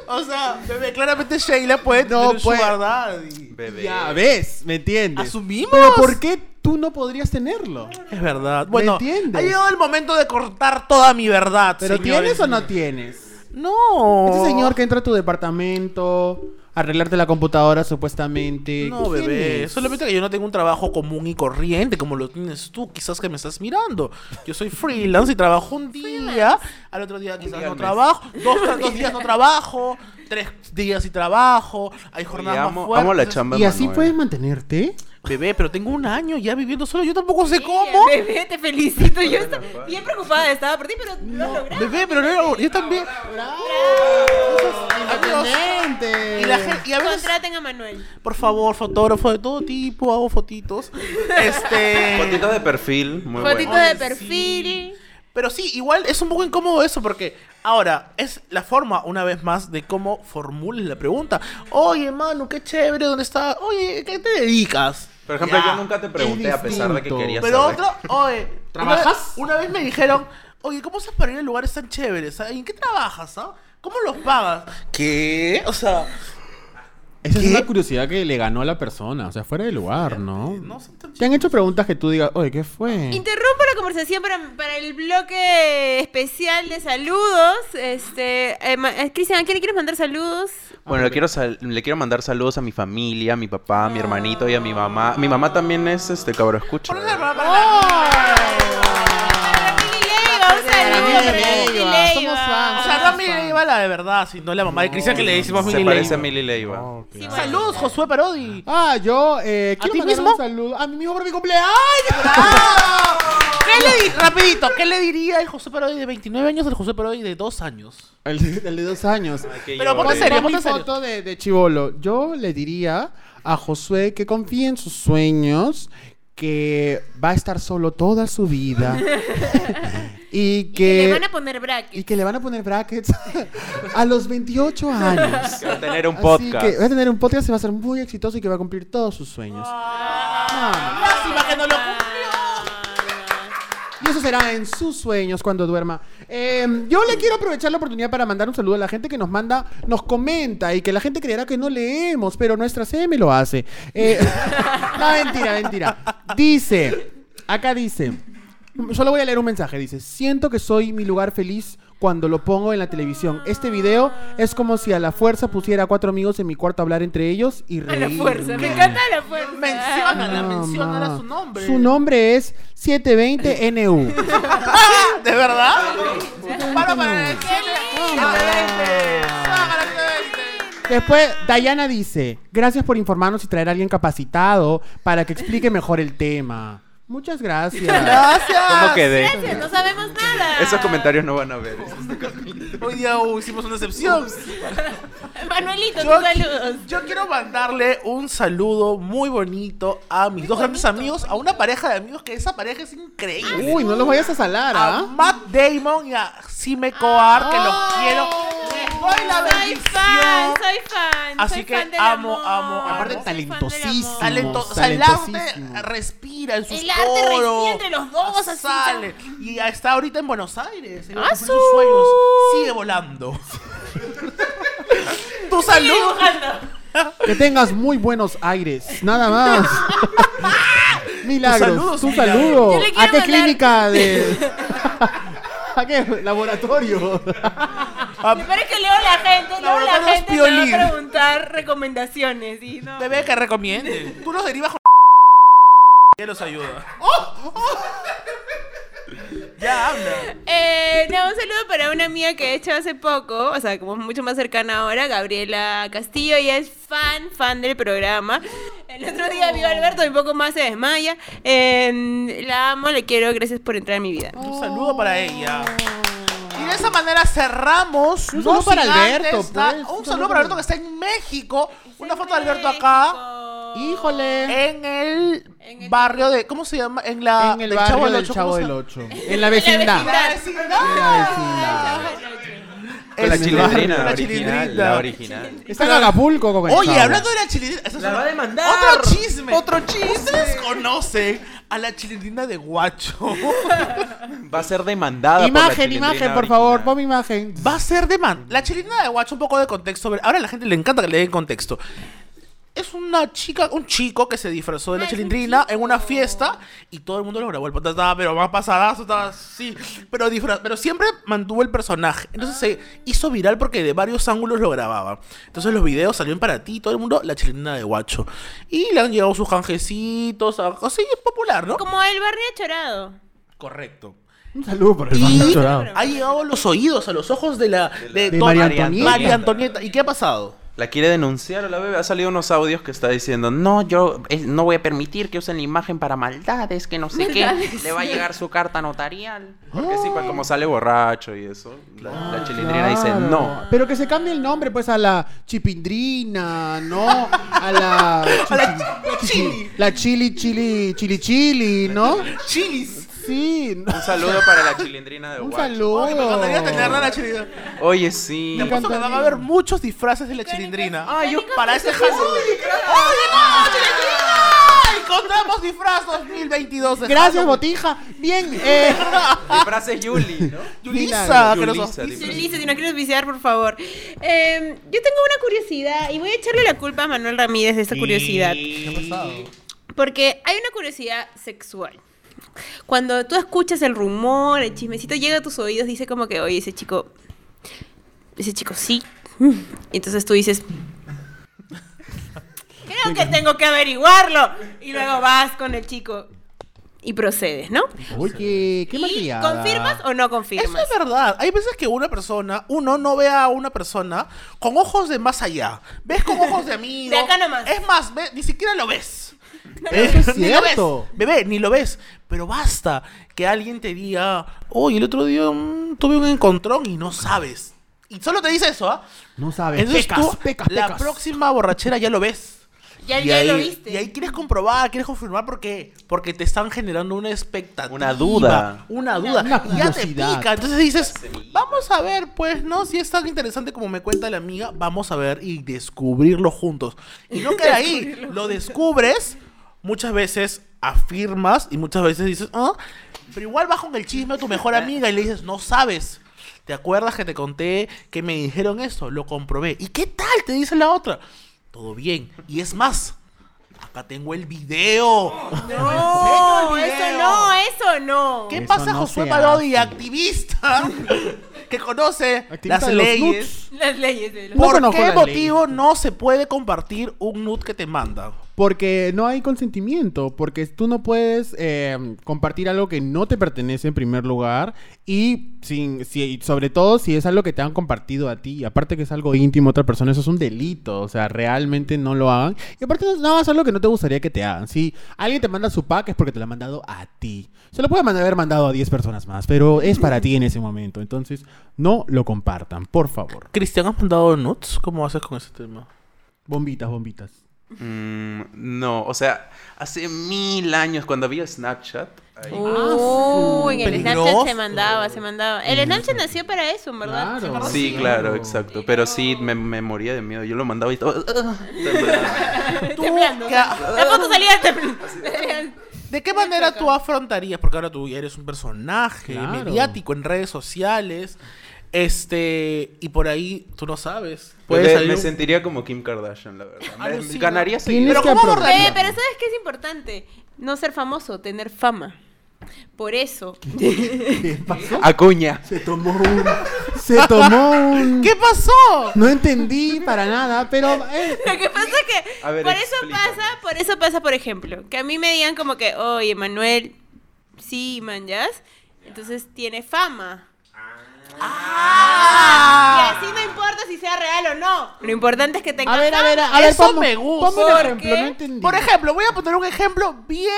Speaker 2: O sea, bebé, claramente Sheila puede
Speaker 4: No
Speaker 2: tener
Speaker 4: pues. puede.
Speaker 2: su verdad. y-
Speaker 5: Bebé.
Speaker 4: Ya ves, ¿me entiendes?
Speaker 2: Asumimos.
Speaker 4: Pero ¿por qué tú no podrías tenerlo?
Speaker 2: Es verdad. Bueno,
Speaker 4: entiendes?
Speaker 2: ha llegado el momento de cortar toda mi verdad.
Speaker 4: ¿Pero
Speaker 2: señores.
Speaker 4: tienes o no tienes?
Speaker 2: No.
Speaker 4: Este señor que entra a tu departamento, arreglarte la computadora supuestamente.
Speaker 2: No,
Speaker 4: ¿qué
Speaker 2: bebé.
Speaker 4: tienes?
Speaker 2: Solamente que yo no tengo un trabajo común y corriente como lo tienes tú. Quizás que me estás mirando. Yo soy freelance y trabajo un día. Al otro día quizás no trabajo.
Speaker 5: [laughs]
Speaker 2: Dos, dos días no trabajo. Tres días y trabajo. Hay
Speaker 5: Oye,
Speaker 2: jornadas más
Speaker 5: amo,
Speaker 2: fuertes.
Speaker 5: amo la chamba.
Speaker 4: ¿Y así
Speaker 5: Manuel.
Speaker 2: eh.
Speaker 4: puedes mantenerte?
Speaker 2: Bebé, pero tengo un año ya viviendo solo. Yo tampoco sé
Speaker 1: ¿Cómo?
Speaker 2: cómo.
Speaker 1: Bebé, te felicito. Yo estaba bien preocupada, estaba por ti, pero lo has logrado.
Speaker 2: Bebé, pero no era- yo también. Amigos,
Speaker 4: ¡Independiente!
Speaker 2: y, la gen- y a veces,
Speaker 1: Contraten a Manuel.
Speaker 2: por favor, fotógrafo de todo tipo, hago
Speaker 5: [laughs]
Speaker 2: fotitos. Este.
Speaker 5: Fotitos de perfil, muy
Speaker 1: Fotito
Speaker 5: bueno.
Speaker 1: de perfil.
Speaker 2: Pero sí, igual es un poco incómodo eso porque ahora es la forma, una vez más, de cómo formules la pregunta. Oye, Manu, qué chévere, ¿dónde estás? Oye, ¿qué te dedicas?
Speaker 5: Por ejemplo,
Speaker 2: Ya.
Speaker 5: yo nunca te pregunté a pesar de que
Speaker 4: distinto.
Speaker 5: querías
Speaker 2: Pero
Speaker 5: saber.
Speaker 2: otro, oye,
Speaker 4: ¿Trabajas?
Speaker 2: Una, vez- una vez me dijeron, oye, ¿cómo haces para ir a lugares tan chéveres? ah? ¿En qué trabajas? ah? ¿Cómo los pagas? ¿Qué? O sea,
Speaker 4: Esa
Speaker 2: ¿Qué?
Speaker 4: es una curiosidad que le ganó a la persona, o sea, fuera de lugar, ¿no?
Speaker 2: no son tan
Speaker 4: Te han hecho preguntas que tú digas, oye, ¿qué fue?
Speaker 1: Interrumpo la conversación para, para el bloque especial de saludos. Este, eh, ma- eh, Cristian, ¿a quién le quieres mandar saludos?
Speaker 5: Bueno, le quiero, sal- le quiero mandar saludos a mi familia, a mi papá,
Speaker 2: Ah.
Speaker 5: a mi hermanito y a mi mamá. Mi mamá también es este cabro escucha.
Speaker 2: Por eso, para- para la-
Speaker 1: Para Mili Leiva, un saludo para Mili
Speaker 4: Leiva,
Speaker 1: Leiva.
Speaker 4: somos fans.
Speaker 2: O sea, no a Mili Leiva la de verdad, sino la mamá de Cristian que le decimos
Speaker 5: Se
Speaker 2: Mili
Speaker 5: parece a
Speaker 2: Leiva.
Speaker 5: Milly Leiva.
Speaker 1: Sí, bueno.
Speaker 2: Saludos, Josué Parodi.
Speaker 4: Ah, yo, eh,
Speaker 2: ¿A
Speaker 4: quiero
Speaker 2: ti
Speaker 4: mandar
Speaker 2: mismo?
Speaker 4: un saludo a mí mismo por mi cumpleaños.
Speaker 2: ¡Ah! ¿Qué le di- Rapidito, ¿qué le diría el José Parodi de 29 años al José Parodi de 2 años?
Speaker 4: El, de- el de dos años.
Speaker 5: Que
Speaker 2: Pero
Speaker 5: llore.
Speaker 2: ponte
Speaker 4: Pon-
Speaker 2: serio,
Speaker 4: pon mi
Speaker 2: ponte serio.
Speaker 4: foto de, Chivolo. Yo le diría a Josué que confíe en sus sueños, que va a estar solo toda su vida
Speaker 1: [laughs]
Speaker 4: y
Speaker 1: Y que le
Speaker 4: que
Speaker 1: van a poner brackets.
Speaker 4: y que le van a poner brackets a los 28 años.
Speaker 5: Que va a tener un
Speaker 4: Así que
Speaker 5: podcast.
Speaker 4: va a tener un podcast y va a ser muy exitoso y que va a cumplir todos sus sueños.
Speaker 2: Lástima que no lo cumplió.
Speaker 1: Ah,
Speaker 4: Y eso será en sus sueños cuando duerma. Eh, yo le quiero aprovechar la oportunidad para mandar un saludo a la gente que nos manda, nos comenta y que la gente creerá que no leemos, pero nuestra CM lo hace. Eh, [laughs] no, mentira, mentira. Dice, acá dice, solo voy a leer un mensaje. Dice, siento que soy mi lugar feliz cuando lo pongo en la televisión. Este video es como si a la fuerza pusiera a cuatro amigos en mi cuarto a hablar entre ellos y
Speaker 1: A
Speaker 4: reír.
Speaker 1: la fuerza, me encanta la fuerza.
Speaker 2: Menciónala,
Speaker 4: No,
Speaker 2: menciónala
Speaker 4: ma.
Speaker 2: su nombre.
Speaker 4: Su nombre es 720NU.
Speaker 2: ¡Ah! ¿De verdad? ¡Para, para!
Speaker 4: Después, Dayana dice, gracias por informarnos y traer a alguien capacitado para que explique mejor el tema.
Speaker 2: [laughs]
Speaker 4: Muchas gracias. Ah,
Speaker 5: ¿Cómo
Speaker 2: ¡Gracias!
Speaker 5: quedé?
Speaker 1: Gracias, no sabemos nada.
Speaker 5: Esos comentarios no van a ver.
Speaker 2: Hoy día uh, hicimos una excepción.
Speaker 1: Manuelito,
Speaker 2: Yo-
Speaker 1: tus saludos.
Speaker 2: Yo quiero mandarle un saludo muy bonito a mis dos grandes amigos, a una pareja de amigos que esa pareja es increíble.
Speaker 4: Uy, no los vayas a salar,
Speaker 2: A
Speaker 4: ¿ah?
Speaker 2: Matt Damon y a Sime Coar, que los quiero. Les doy la
Speaker 1: Oh. Soy fan,
Speaker 2: bendición.
Speaker 1: soy fan.
Speaker 2: Así
Speaker 1: soy
Speaker 2: que
Speaker 1: fan del
Speaker 2: amo,
Speaker 1: amor.
Speaker 2: amo, amo.
Speaker 4: Aparte,
Speaker 1: Soy fan del amor.
Speaker 4: talentosísimo.
Speaker 2: Talento, o sea, el
Speaker 4: Talentosísimo.
Speaker 2: arte respira en sus
Speaker 1: El arte respira
Speaker 2: poros.
Speaker 1: entre los dos, así,
Speaker 2: Sale. Y está ahorita en Buenos Aires. Se va a
Speaker 1: ¡Ah,
Speaker 2: cumplir
Speaker 1: su!
Speaker 2: sus sueños. Sigue volando. [laughs] tu
Speaker 1: Sigue
Speaker 2: salud.
Speaker 1: dibujando.
Speaker 4: Que tengas muy buenos aires, nada
Speaker 2: [laughs]
Speaker 4: más. Milagros,
Speaker 2: Tus saludos,
Speaker 4: un
Speaker 2: milagros.
Speaker 4: saludo.
Speaker 1: Yo le quiero
Speaker 4: ¿A qué
Speaker 1: mandar-
Speaker 4: clínica de...?
Speaker 1: [laughs]
Speaker 4: ¿A qué laboratorio?
Speaker 2: Ah,
Speaker 1: Me parece que leo la gente, leo la
Speaker 2: Laboratorio
Speaker 1: gente me va
Speaker 2: Piolín.
Speaker 1: a preguntar recomendaciones y no.
Speaker 2: Bebé que recomiende. Tú los derivas con. [laughs] Que los ayuda.
Speaker 1: Oh,
Speaker 2: Ya habla.
Speaker 1: Eh, no, un saludo para una amiga que he hecho hace poco, o sea, como mucho más cercana ahora, Gabriela Castillo, y es fan, fan del programa. El otro día vio a Alberto y un poco más se desmaya. Eh, la amo, le quiero, gracias por entrar a mi vida.
Speaker 2: Un saludo para ella. Y de esa manera cerramos.
Speaker 4: Oh. Un saludo
Speaker 2: sin
Speaker 4: para Alberto,
Speaker 2: antes dar-
Speaker 4: pues.
Speaker 2: Un saludo para Alberto que está en México. Una foto de Alberto acá.
Speaker 1: acá.
Speaker 4: Híjole.
Speaker 2: En el,
Speaker 1: En el-
Speaker 2: barrio de. ¿Cómo se llama? En la.
Speaker 4: en el barrio del
Speaker 2: Ocho,
Speaker 4: Chavo
Speaker 2: ¿cómo se
Speaker 4: del
Speaker 2: llama?
Speaker 4: 8. En la vecindad.
Speaker 2: La vecindad.
Speaker 5: Con la
Speaker 2: Es-
Speaker 5: chilindrina, la
Speaker 2: la
Speaker 5: original.
Speaker 2: chilindrina.
Speaker 5: La original.
Speaker 4: Está en Acapulco, como el
Speaker 2: Oye,
Speaker 4: Chavo.
Speaker 2: hablando de la chilindrina. eso es
Speaker 8: La
Speaker 2: una-
Speaker 8: va a demandar.
Speaker 2: Otro chisme.
Speaker 8: Otro chisme.
Speaker 2: Ustedes conocen a la chilindrina de Guacho.
Speaker 5: Va a ser demandada. por la
Speaker 4: Imagen,
Speaker 5: chilindrina
Speaker 4: imagen, por favor,
Speaker 5: original.
Speaker 4: pon mi imagen.
Speaker 2: Va a ser de man. La chilindrina de Guacho, un poco de contexto. sobre- Ahora a la gente le encanta que le den contexto. Es una chica, un chico que se disfrazó de la chilindrina en una fiesta y todo el mundo lo grabó. El pata estaba, pero más pasadazo, estaba ah, así. Pero, disfra- pero siempre mantuvo el personaje. Entonces se hizo viral porque de varios ángulos lo grababa. Entonces los videos salieron para ti, todo el mundo, la chilindrina de Guacho. Y le han llegado sus canjecitos, a- así es popular, ¿no?
Speaker 1: Como el barrio chorado.
Speaker 2: Correcto.
Speaker 4: Un saludo por el
Speaker 2: Y
Speaker 4: chorado.
Speaker 2: ha llegado a los oídos, a los ojos de la de,
Speaker 4: De
Speaker 2: to-
Speaker 4: María
Speaker 2: María
Speaker 4: Antonieta.
Speaker 2: María Antonieta. ¿Y qué ha pasado?
Speaker 5: La quiere denunciar a la bebé. Ha salido unos audios que está diciendo, no, yo eh, no voy a permitir que usen la imagen para maldades, que no sé qué. Le va a llegar su carta notarial. Porque sí, pues, como sale borracho y eso, la, la chilindrina dice,
Speaker 4: Ah. Claro.
Speaker 5: no.
Speaker 4: Pero que se cambie el nombre, pues, a la chipindrina, ¿no? A la. chichi-
Speaker 2: chili.
Speaker 4: La chili, chili, chili, chili, ¿no?
Speaker 2: Chilis.
Speaker 4: Sí. no.
Speaker 5: Un saludo para la chilindrina de
Speaker 4: Un
Speaker 5: Guacho.
Speaker 4: saludo.
Speaker 2: Oh, Me encantaría tenerla la chilindrina.
Speaker 5: Oye, sí.
Speaker 4: Me
Speaker 2: Te apuesto que
Speaker 4: encantaría.
Speaker 2: van a haber muchos disfraces de la chilindrina. Ay, yo para este Halloween. ¡Ay, no, chilindrina! Encontramos disfraz 2022. de
Speaker 4: Gracias,
Speaker 2: Halloween.
Speaker 4: Botija. Bien, eh.
Speaker 5: Mi frase es Yuli, ¿no?
Speaker 2: Yulisa, que los-
Speaker 5: Yulisa,
Speaker 1: Sí,
Speaker 5: disfraz.
Speaker 1: Lisa, si no quieres viciar, por favor. Eh, yo tengo una curiosidad y voy a echarle la culpa a Manuel Ramírez de esta curiosidad. Porque hay una curiosidad sexual. Cuando tú escuchas el rumor, el chismecito llega a tus oídos, dice como que, oye, ese chico, ese chico sí. Y Entonces tú dices, creo que tengo que averiguarlo. Y luego vas con el chico y procedes, ¿no?
Speaker 4: Oye, qué
Speaker 1: y
Speaker 4: malcriada.
Speaker 1: confirmas o no confirmas.
Speaker 2: Eso es verdad. Hay veces que una persona, uno no ve a una persona con ojos de más allá. Ves con ojos
Speaker 1: [laughs]
Speaker 2: de amigo.
Speaker 1: De acá nomás.
Speaker 2: Es más, ve- ni siquiera lo
Speaker 1: [laughs]
Speaker 2: ves. Eh,
Speaker 4: Eso
Speaker 2: [laughs]
Speaker 4: es
Speaker 2: Ni lo ves.
Speaker 4: cierto.
Speaker 2: Bebé, ni lo ves. Pero basta que alguien te diga, oye, el otro día mm, tuve un encontrón y no sabes. Y solo te dice eso, ¿ah?
Speaker 4: No sabes.
Speaker 2: Entonces
Speaker 4: pecas,
Speaker 2: tú,
Speaker 4: pecas,
Speaker 2: la
Speaker 4: pecas.
Speaker 2: próxima borrachera ya lo ves.
Speaker 1: Ya,
Speaker 2: Y
Speaker 1: [laughs] ya
Speaker 2: ahí-
Speaker 1: lo viste.
Speaker 2: Y ahí quieres comprobar, quieres confirmar por qué. Porque te están generando una expectativa.
Speaker 5: Una duda.
Speaker 2: Una duda.
Speaker 4: Una
Speaker 2: y ya te
Speaker 4: curiosidad.
Speaker 2: pica. Entonces dices, vamos a ver, pues, ¿no? Si es tan interesante como me cuenta la amiga, vamos a ver y descubrirlo juntos. Y no queda ahí. lo descubres, muchas veces afirmas y muchas veces dices, ah, Pero igual vas con el chisme a tu mejor amiga y le dices, no sabes. ¿Te acuerdas que te conté que me dijeron eso? Lo comprobé. ¿Y qué tal? Te dice la otra. Todo bien. Y es más, acá tengo el video.
Speaker 1: No,
Speaker 2: Tengo el
Speaker 1: eso
Speaker 2: video.
Speaker 1: no, eso no.
Speaker 2: ¿Qué
Speaker 4: Eso
Speaker 2: pasa,
Speaker 4: no
Speaker 2: Josué
Speaker 4: se
Speaker 2: Parodi,
Speaker 4: hace.
Speaker 2: activista [laughs] que conoce
Speaker 4: Activista
Speaker 2: las
Speaker 4: de los
Speaker 2: leyes?
Speaker 1: Las leyes de los...
Speaker 4: No
Speaker 2: ¿Por
Speaker 4: conozco
Speaker 2: qué
Speaker 4: las
Speaker 2: motivo no se puede compartir un nude que te manda?
Speaker 4: Porque no hay consentimiento, porque tú no puedes eh, compartir algo que no te pertenece en primer lugar y sin, si, y sobre todo si es algo que te han compartido a ti, y aparte que es algo íntimo a otra persona, eso es un delito, o sea, realmente no lo hagan. Y aparte no no es algo que no te gustaría que te hagan. Si alguien te manda su pack es porque te lo ha mandado a ti. Se lo puede mandar- haber mandado a 10 personas más, pero es para ti en ese momento, entonces no lo compartan, por favor.
Speaker 2: Cristian, ¿has mandado nudes? ¿Cómo haces con ese tema?
Speaker 4: Bombitas, bombitas.
Speaker 5: Mm, no, o sea, hace mil años cuando había Snapchat.
Speaker 4: Ah,
Speaker 5: ahí-
Speaker 1: Uh, en el Snapchat se
Speaker 2: Peligroso.
Speaker 1: mandaba, se mandaba. El Snapchat nació para eso, en verdad.
Speaker 4: Claro.
Speaker 5: Sí, claro, exacto. Pero sí, me, me moría de miedo. Yo lo mandaba y todo.
Speaker 1: Temblando.
Speaker 2: ¿Qué
Speaker 1: La
Speaker 2: ha-
Speaker 1: foto salía temblando.
Speaker 2: ¿De qué manera tú afrontarías? Porque ahora tú ya eres un personaje
Speaker 4: Claro.
Speaker 2: mediático en redes sociales. Este, y por ahí tú no sabes. [laughs]
Speaker 5: Pues
Speaker 2: Puede
Speaker 5: me-
Speaker 2: salir
Speaker 5: me
Speaker 2: un-
Speaker 5: sentiría como Kim Kardashian, la verdad.
Speaker 4: Ah,
Speaker 5: Me-
Speaker 2: Alucina.
Speaker 5: ganaría
Speaker 4: Tienes
Speaker 5: seguidores.
Speaker 2: Pero
Speaker 4: que
Speaker 2: ¿cómo
Speaker 4: aprovechar.
Speaker 2: abordarías?
Speaker 1: Eh, pero ¿sabes qué es importante? No ser famoso, tener fama. Por eso.
Speaker 4: ¿Qué pasó?
Speaker 5: Acuña.
Speaker 4: Se tomó un. Se [laughs] tomó un.
Speaker 2: ¿Qué pasó?
Speaker 4: No entendí para nada, pero. eh,
Speaker 1: Lo que pasa es que
Speaker 5: A ver,
Speaker 1: por eso
Speaker 5: explícanos.
Speaker 1: pasa, por eso pasa, por ejemplo, que a mí me digan como que, oye, Manuel, sí, man, ya, entonces tiene fama.
Speaker 5: Ah.
Speaker 1: Ah. Y así no importa si sea real o no. Lo importante es que tenga
Speaker 4: a ver, a ver, a
Speaker 1: fama.
Speaker 4: a ver.
Speaker 2: Eso
Speaker 4: ponme-
Speaker 2: me gusta.
Speaker 4: ponme un
Speaker 1: ¿Por
Speaker 4: ejemplo,
Speaker 1: qué?
Speaker 4: no entendí.
Speaker 2: Por ejemplo, voy a poner un ejemplo bien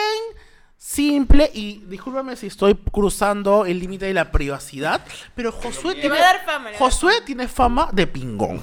Speaker 2: simple y discúlpame si estoy cruzando el límite de la privacidad, pero Josué
Speaker 1: va
Speaker 2: tiene,
Speaker 1: a dar fama, le va a dar
Speaker 2: Josué tiene fama de pingón.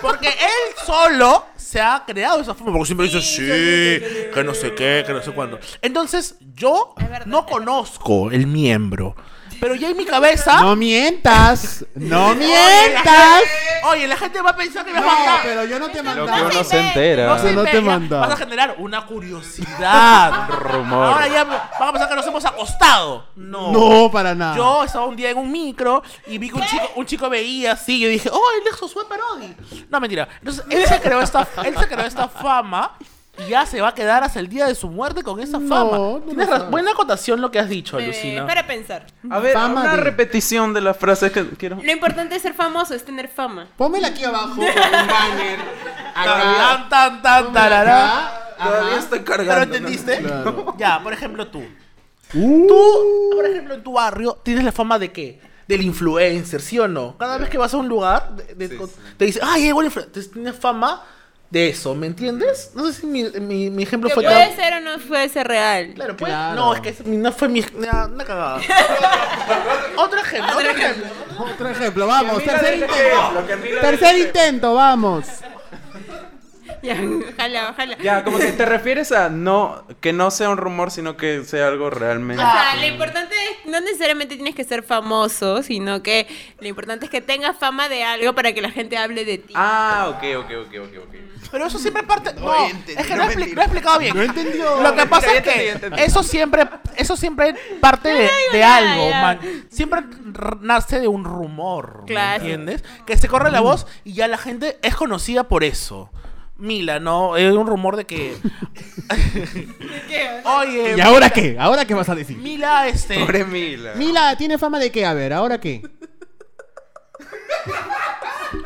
Speaker 2: Porque él solo se ha creado esa fama, porque siempre dice, sí, que no sé qué, que no sé cuándo. Entonces, yo
Speaker 1: verdad.
Speaker 2: no conozco el miembro, pero ya en mi cabeza...
Speaker 4: No mientas. No
Speaker 2: Oye, la [laughs]
Speaker 4: mientas.
Speaker 2: gente- Oye, la gente va a pensar que me
Speaker 4: No,
Speaker 2: va a matar.
Speaker 4: pero yo no te
Speaker 5: Lo que
Speaker 4: mandaba.
Speaker 5: uno se entera.
Speaker 2: No, se
Speaker 4: no te
Speaker 2: inventa,
Speaker 4: manda.
Speaker 2: Vas a generar una curiosidad.
Speaker 5: Rumor.
Speaker 2: Ahora ya van a pensar que nos hemos acostado. No.
Speaker 4: No, para nada.
Speaker 2: Yo estaba un día en un micro y vi que un chico, un chico veía así. Yo dije, oh, el Nexo fue Parodi. No, mentira. Entonces, él se creó
Speaker 4: [laughs]
Speaker 2: esta, él se creó esta fama y ya se va a quedar hasta el día de su muerte con esa
Speaker 4: No,
Speaker 2: fama.
Speaker 4: no
Speaker 2: Tienes
Speaker 4: lo
Speaker 2: ra-
Speaker 4: sabes.
Speaker 2: buena acotación lo que has dicho,
Speaker 1: Bebé,
Speaker 2: Lucina.
Speaker 1: para pensar.
Speaker 5: A ver,
Speaker 4: Fama
Speaker 5: una
Speaker 4: de-
Speaker 5: repetición de la frase que quiero.
Speaker 1: Lo importante es ser famoso, es tener fama.
Speaker 4: Pónmela aquí abajo. con un banner. Acá.
Speaker 2: Tan, tan, tan, tarará.
Speaker 4: acá,
Speaker 5: Todavía
Speaker 4: ajá.
Speaker 5: estoy cargando.
Speaker 2: ¿Pero
Speaker 5: ¿no?
Speaker 2: entendiste?
Speaker 4: Claro.
Speaker 2: Ya, por ejemplo, tú.
Speaker 4: Uh.
Speaker 2: Tú, por ejemplo, en tu barrio, tienes la fama de qué? Del influencer, ¿sí o no? Cada vez que vas a un lugar, de- de- con- te dicen, ay, llegó el influencer. Entonces, Tienes fama de eso, ¿me entiendes? No sé si mi, mi- mi ejemplo
Speaker 1: Que
Speaker 2: fue
Speaker 1: puede
Speaker 2: tan...
Speaker 1: ser o no puede ser real.
Speaker 2: Claro, pues,
Speaker 4: Claro.
Speaker 2: No, es que ese- no fue mi... Una, una cagada. otro ejemplo, otro ejemplo.
Speaker 4: Otro ejemplo, vamos. Tercer
Speaker 5: ejemplo, que
Speaker 4: intento.
Speaker 5: mira
Speaker 4: Tercer intento, vamos.
Speaker 1: Ya, ojalá, ojalá.
Speaker 5: Ya, como que te refieres a no, que no sea un rumor, sino que sea algo realmente.
Speaker 1: O
Speaker 4: Ah.
Speaker 1: sea, lo importante es, no necesariamente tienes que ser famoso, sino que lo importante es que tengas fama de algo para que la gente hable de ti.
Speaker 5: Ah, ok, ok, ok, ok, ok.
Speaker 2: Pero eso siempre parte. No,
Speaker 5: entendí,
Speaker 2: es que
Speaker 5: no
Speaker 2: no, he
Speaker 5: entendí.
Speaker 2: expli- no he explicado bien.
Speaker 4: No entendió.
Speaker 2: Lo que pasa
Speaker 5: Ya
Speaker 2: es
Speaker 5: entendí, ya
Speaker 2: que
Speaker 5: entendí.
Speaker 2: eso siempre, eso siempre parte de,
Speaker 1: digo
Speaker 2: de
Speaker 1: nada,
Speaker 2: algo,
Speaker 1: ya.
Speaker 2: man. Siempre r- nace de un rumor, ¿me
Speaker 1: Claro.
Speaker 2: ¿entiendes? Que se corre la voz y ya la gente es conocida por eso. Mila, ¿no? Es un rumor de que. Oye.
Speaker 4: ¿Y ahora qué? ¿Ahora qué vas a decir?
Speaker 2: Mila, este.
Speaker 5: Pobre Mila.
Speaker 4: Mila, ¿tiene fama de qué? A ver, ¿ahora qué?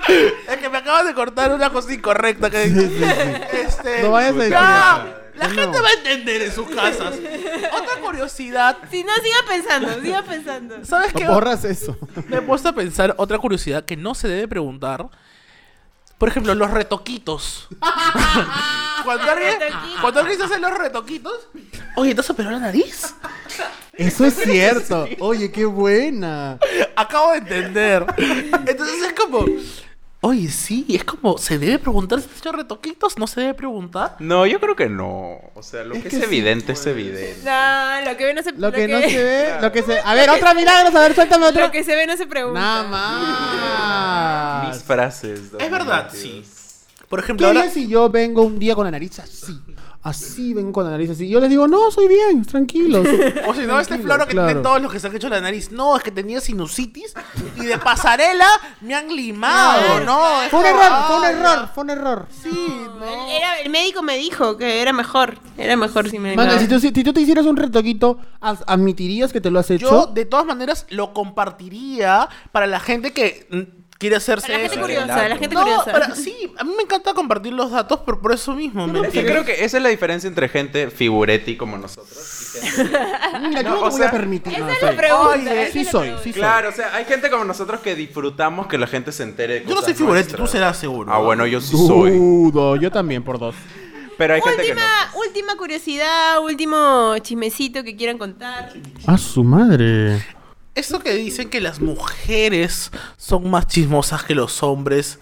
Speaker 2: Es que me acabas de cortar una cosa incorrecta que este,
Speaker 4: No vayas a decir
Speaker 2: ya,
Speaker 4: eso.
Speaker 2: La
Speaker 4: No.
Speaker 2: gente va a entender en sus casas. Otra curiosidad.
Speaker 1: Si no, siga pensando, siga pensando.
Speaker 2: ¿Sabes qué?
Speaker 4: Borras eso.
Speaker 2: Me he puesto a pensar otra curiosidad que no se debe preguntar. Por ejemplo, los [laughs] retoquitos. cuando, alguien,
Speaker 1: Retoquitos.
Speaker 2: cuando alguien se hace los retoquitos, oye, ¿te has operado la nariz?
Speaker 4: Eso es cierto. Oye, qué buena.
Speaker 2: [laughs] Acabo de entender. Entonces es como, oye, sí, es como, ¿se debe preguntar si te has hecho retoquitos? ¿No se debe preguntar?
Speaker 5: No, yo creo que no. O sea, lo que, es,
Speaker 4: que sí,
Speaker 5: evidente
Speaker 2: pues.
Speaker 5: es evidente.
Speaker 1: No, lo que ve no se
Speaker 4: Lo que no se ve, lo que se. A ver, otra milagros, a ver, suéltame otra.
Speaker 1: Lo que se ve no se pregunta.
Speaker 4: Nada
Speaker 5: Mis
Speaker 4: más.
Speaker 5: frases.
Speaker 2: Es verdad, sí. Por
Speaker 4: ¿Qué
Speaker 2: ejemplo, ahora,
Speaker 4: harías si yo vengo un día con la nariz así? así ven con la nariz así. Yo les digo, no, soy bien, tranquilos.
Speaker 2: O si no, este
Speaker 4: Tranquilo,
Speaker 2: floro que
Speaker 4: claro.
Speaker 2: tienen todos los que se han hecho la nariz. No, es que tenía sinusitis y de pasarela me han limado. No, es "Ah,
Speaker 4: Fue un
Speaker 2: que-
Speaker 4: error, fue un
Speaker 2: ay,
Speaker 4: error, fue un error.
Speaker 2: Sí, no.
Speaker 1: Era- el médico me dijo que era mejor. Era mejor si me.
Speaker 4: Mano, si tú, si tú te hicieras un retoquito, ¿as- ¿admitirías que te lo has hecho?
Speaker 2: Yo, de todas maneras, lo compartiría para la gente que mm, quiere hacerse
Speaker 1: Para la gente
Speaker 2: eso.
Speaker 1: curiosa, la gente
Speaker 2: No,
Speaker 1: curiosa.
Speaker 2: para- sí, a mí me encanta compartir los datos, pero por eso mismo. ¿me
Speaker 5: Yo
Speaker 2: entiendes?
Speaker 5: creo que esa es la diferencia entre gente figuretti como nosotros.
Speaker 4: Mira, yo no te
Speaker 5: No, o
Speaker 4: voy
Speaker 5: sea,
Speaker 4: a permitir.
Speaker 1: Esa
Speaker 4: no,
Speaker 1: es
Speaker 4: soy-
Speaker 1: la pregunta.
Speaker 2: Oye,
Speaker 1: esa
Speaker 4: Sí
Speaker 1: es la
Speaker 4: soy,
Speaker 1: pregunta.
Speaker 4: sí soy.
Speaker 5: Claro, o sea, hay gente como nosotros que disfrutamos que la gente se entere de
Speaker 2: Yo no
Speaker 5: cosas
Speaker 2: soy figuretti, tú
Speaker 5: nuestras.
Speaker 2: serás seguro.
Speaker 5: Ah, bueno, yo sí soy.
Speaker 4: Dudo, yo también por dos.
Speaker 5: Pero hay gente que
Speaker 1: Última,
Speaker 5: no.
Speaker 1: última curiosidad, último chismecito que quieran contar.
Speaker 4: A su madre.
Speaker 2: Eso que dicen que las mujeres son más chismosas que los hombres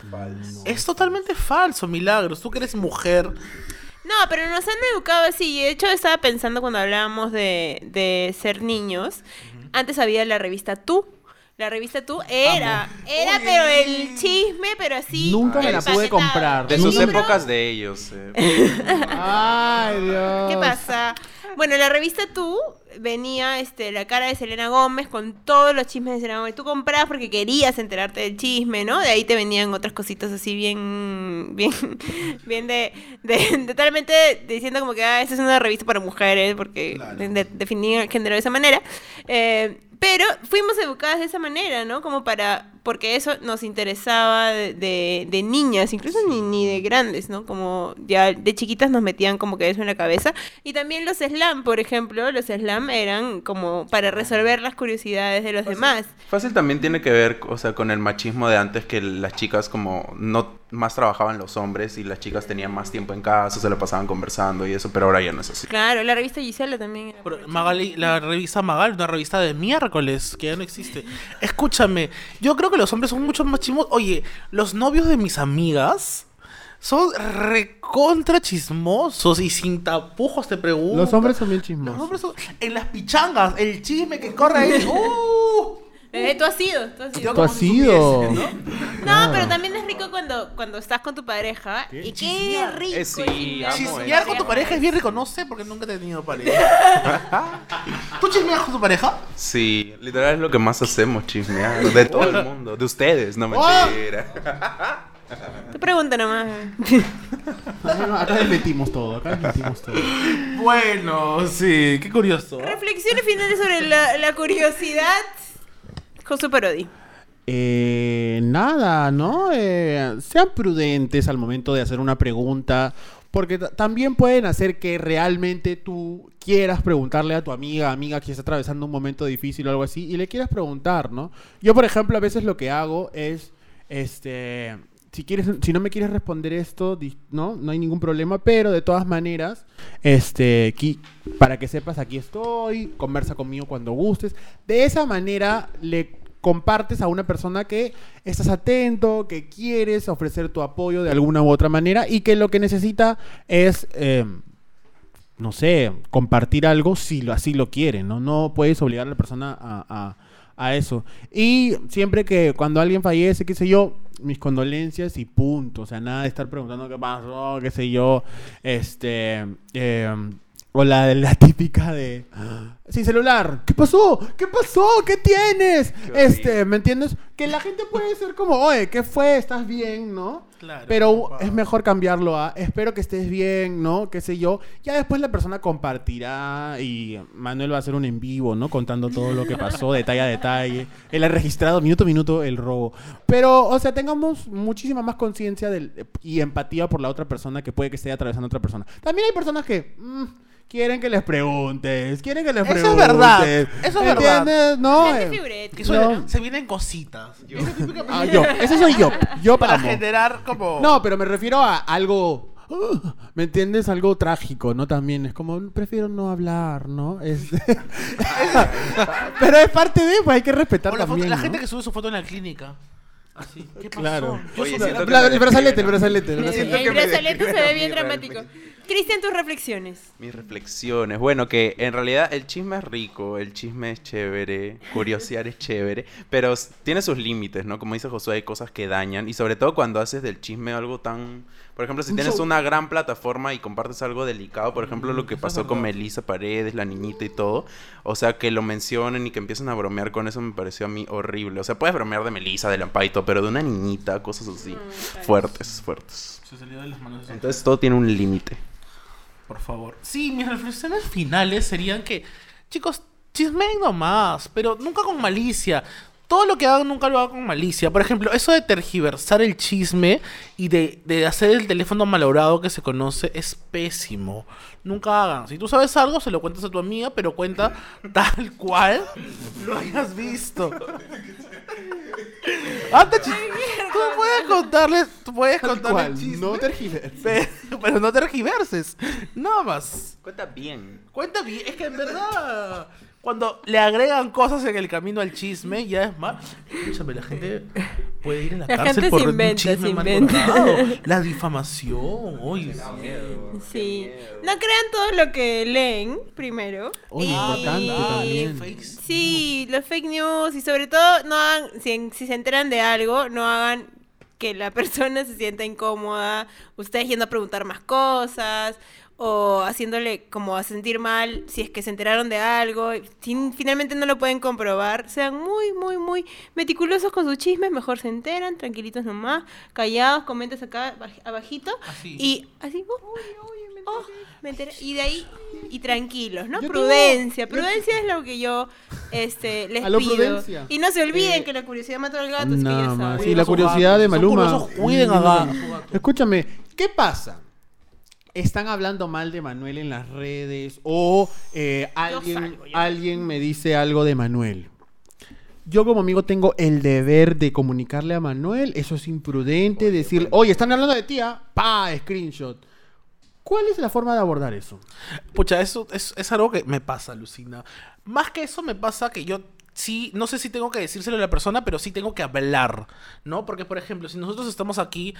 Speaker 2: es totalmente falso, Milagros. Tú que eres mujer.
Speaker 1: No, pero nos han educado así. De hecho, estaba pensando cuando hablábamos de, de ser niños. Antes había la revista Tú. La revista Tú era, era, pero el chisme, pero así.
Speaker 4: Nunca me la pude
Speaker 1: empaquetado.
Speaker 4: comprar.
Speaker 5: De
Speaker 4: Nunca
Speaker 5: sus
Speaker 4: me la-
Speaker 5: épocas de ellos. eh.
Speaker 4: Ay, Dios.
Speaker 1: ¿Qué pasa? Bueno, en la revista Tú venía este, la cara de Selena Gómez con todos los chismes de Selena Gómez. Tú comprabas porque querías enterarte del chisme, ¿no? De ahí te venían otras cositas así bien, [laughs] bien, bien de, de- totalmente diciendo como que, ah, esta es una revista para mujeres porque de- definían el género de esa manera. Eh, pero fuimos educadas de esa manera, ¿no? Como para, porque eso nos interesaba de, de- de niñas, incluso ni, ni de grandes, ¿no? Como ya de chiquitas nos metían como que eso en la cabeza. Y también los slam, por ejemplo, los slam eran como para resolver las curiosidades de los demás.
Speaker 5: Fácil también tiene que ver, o sea, con el machismo de antes que las chicas como no más trabajaban los hombres y las chicas tenían más tiempo en casa, se la pasaban conversando y eso, pero ahora ya no es así.
Speaker 1: Claro, la revista Gisela también era.
Speaker 2: Pero Magali, la revista Magal, una revista de miércoles que ya no
Speaker 4: [laughs]
Speaker 2: existe. Escúchame, yo creo que los hombres son mucho más chismosos. Oye, los novios de mis amigas son recontra chismosos y sin tapujos, te pregunto.
Speaker 4: Los hombres son bien
Speaker 2: Los
Speaker 4: chismosos.
Speaker 2: hombres son- En las pichangas, el chisme que corre
Speaker 4: [laughs]
Speaker 2: ahí. ¡Uh!
Speaker 1: Eh, tú has sido, tú has sido.
Speaker 4: Tú has sido.
Speaker 1: No, pero también es rico cuando, cuando estás con tu pareja. Y qué
Speaker 2: Chismear.
Speaker 1: rico.
Speaker 5: Eh, sí,
Speaker 1: chismear.
Speaker 5: amo
Speaker 1: eh.
Speaker 2: Chismear con tu pareja es bien reconoce porque nunca he tenido pareja. ¿Tú chismeas con tu
Speaker 4: [laughs]
Speaker 2: pareja?
Speaker 5: Sí, literal es lo que más hacemos, chismear. De todo el mundo, de ustedes, no mentira.
Speaker 1: Tú pregunta nomás.
Speaker 4: Acá desmentimos todo, acá desmentimos todo.
Speaker 2: Bueno, sí, qué curioso.
Speaker 1: Reflexiones finales sobre la, la curiosidad. Josu Parodi.
Speaker 4: Eh, nada, ¿no? Eh, sean prudentes al momento de hacer una pregunta, porque ta- también pueden hacer que realmente tú quieras preguntarle a tu amiga, amiga que está atravesando un momento difícil o algo así, y le quieras preguntar, ¿no? Yo, por ejemplo, a veces lo que hago es, este, si quieres, si no me quieres responder esto, di- no, no hay ningún problema, pero de todas maneras, este, qui- para que sepas, aquí estoy, conversa conmigo cuando gustes. De esa manera le compartes a una persona que estás atento, que quieres ofrecer tu apoyo de alguna u otra manera y que lo que necesita es, eh, no sé, compartir algo si lo, así lo quiere, ¿no? No puedes obligar a la persona a, a- a eso. Y siempre que cuando alguien fallece, qué sé yo, mis condolencias y punto. O sea, nada de estar preguntando qué pasó, qué sé yo, este... eh, o la, la típica de... "Ah, Sin celular. ¿Qué pasó? ¿Qué pasó? ¿Qué tienes?
Speaker 5: horrible.
Speaker 4: este, ¿me entiendes? Que la gente
Speaker 2: Pues-
Speaker 4: puede ser como, oye, ¿qué fue? ¿Estás bien? ¿No?
Speaker 2: Claro,
Speaker 4: Pero
Speaker 2: papá.
Speaker 4: es mejor cambiarlo a, espero que estés bien, ¿no? Qué sé yo. Ya después la persona compartirá y Manuel va a hacer un en vivo, ¿no? Contando todo lo que
Speaker 2: [laughs]
Speaker 4: pasó, detalle a detalle. Él ha registrado minuto a minuto el robo. Pero, o sea, tengamos muchísima más conciencia del- y empatía por la otra persona que puede que esté atravesando otra persona. También hay personas que... mm, Quieren que les preguntes, quieren que les
Speaker 2: Eso es
Speaker 4: preguntes.
Speaker 2: verdad, eso es verdad.
Speaker 4: ¿Entiendes? No.
Speaker 1: Gente
Speaker 4: eh.
Speaker 1: figurete.
Speaker 2: Que suena-
Speaker 4: No.
Speaker 2: Se vienen cositas. Esa típica
Speaker 4: Ah,
Speaker 2: persona
Speaker 4: yo. Ese soy yo. Yo
Speaker 2: para
Speaker 4: para amo.
Speaker 2: generar como.
Speaker 4: No, pero me refiero a algo. uh, ¿Me entiendes? Algo trágico, ¿no? También es como, prefiero no hablar, ¿no? Es- [laughs] pero es parte de, pues hay que respetar
Speaker 2: o la, foto-
Speaker 4: también.
Speaker 2: la
Speaker 4: ¿no?
Speaker 2: gente que sube su foto en la clínica. Así. ¿Qué pasó?
Speaker 4: Claro.
Speaker 2: Yo
Speaker 5: Oye,
Speaker 2: soy-
Speaker 5: siento que
Speaker 4: La-
Speaker 5: me
Speaker 4: el brazalete, el
Speaker 5: describieron.
Speaker 4: brazalete, el
Speaker 1: El
Speaker 4: brazalete.
Speaker 5: siento que me
Speaker 1: brazalete se ve
Speaker 5: describieron
Speaker 1: bien
Speaker 5: a mí
Speaker 1: dramático.
Speaker 5: realmente.
Speaker 1: ¿Qué Cristian, tus reflexiones.
Speaker 5: Mis reflexiones. Bueno, que en realidad el chisme es rico, el chisme es chévere, curiosear es chévere, pero s- tiene sus límites, ¿no? Como dice Josué, hay cosas que dañan y sobre todo cuando haces del chisme algo tan... Por ejemplo, si tienes una gran plataforma y compartes algo delicado, por ejemplo, lo que pasó con Melissa Paredes, la niñita y todo, o sea, que lo mencionen y que empiecen a bromear con eso me pareció a mí horrible. O sea, puedes bromear de Melissa, de Lampa y todo, pero de una niñita, cosas así, fuertes, fuertes.
Speaker 2: Se salió de las manos.
Speaker 5: Entonces todo tiene un límite.
Speaker 2: Por favor. Sí, mis reflexiones finales serían que, chicos, chismeen nomás, pero nunca con malicia. Todo lo que hagan nunca lo hagan con malicia. Por ejemplo, eso de tergiversar el chisme y de, de hacer el teléfono malogrado que se conoce es pésimo. Nunca hagan. Si tú sabes algo, se lo cuentas a tu amiga, pero cuenta [laughs] tal cual lo hayas visto. Anda, chis- tú puedes contarles, tú puedes contarles
Speaker 4: Cual,
Speaker 2: chisme.
Speaker 4: no tergiverses.
Speaker 2: Pero, [laughs] pero no tergiverses. Nada más.
Speaker 5: Cuenta bien.
Speaker 2: Cuenta bien. Es que en verdad. Cuando le agregan cosas en el camino al chisme, ya es más. Escúchame, la gente puede ir a la,
Speaker 1: La
Speaker 2: cárcel
Speaker 1: gente
Speaker 2: por
Speaker 1: se
Speaker 2: un
Speaker 1: inventa,
Speaker 2: chisme
Speaker 1: se
Speaker 2: mal
Speaker 1: inventa.
Speaker 2: contado.
Speaker 1: [laughs]
Speaker 2: La difamación. Uy,
Speaker 5: Oh,
Speaker 1: Sí. No crean todo lo que leen primero.
Speaker 4: Oye,
Speaker 1: Y-
Speaker 4: importante también.
Speaker 1: Sí, los fake news y sobre todo no hagan, si, en- si se enteran de algo, no hagan que la [laughs] persona se sienta incómoda, ustedes yendo a preguntar más cosas o haciéndole como a sentir mal si es que se enteraron de algo, y si finalmente no lo pueden comprobar, sean muy, muy, muy meticulosos con sus chismes, mejor se enteran, tranquilitos nomás, callados, comentes acá baj- abajito
Speaker 2: Así.
Speaker 1: y así, oh, oh, me enteré. y de ahí, y tranquilos, ¿no?
Speaker 4: Yo tengo-
Speaker 1: prudencia,
Speaker 4: yo-
Speaker 1: prudencia es lo que yo este, les
Speaker 4: A lo
Speaker 1: pido.
Speaker 4: prudencia. Eh,
Speaker 1: Y no se olviden que la curiosidad mató al gato, así que ya
Speaker 4: Nada más.
Speaker 1: saben.
Speaker 4: Sí, la
Speaker 2: Son gatos,
Speaker 4: curiosidad de
Speaker 2: son
Speaker 4: Maluma.
Speaker 2: curiosos, cuiden a gatos.
Speaker 4: Escúchame, ¿qué pasa? Están hablando mal de Manuel en las redes o eh, alguien,
Speaker 1: salgo ya.
Speaker 4: alguien me dice algo de Manuel. Yo como amigo tengo el deber de comunicarle a Manuel, eso es imprudente, decir, oye, están hablando de tía, pa, screenshot. ¿Cuál es la forma de abordar eso?
Speaker 2: Pucha, eso es, es algo que me pasa, Lucina. Más que eso me pasa que yo sí, no sé si tengo que decírselo a la persona, pero sí tengo que hablar, ¿no? Porque, por ejemplo, si nosotros estamos aquí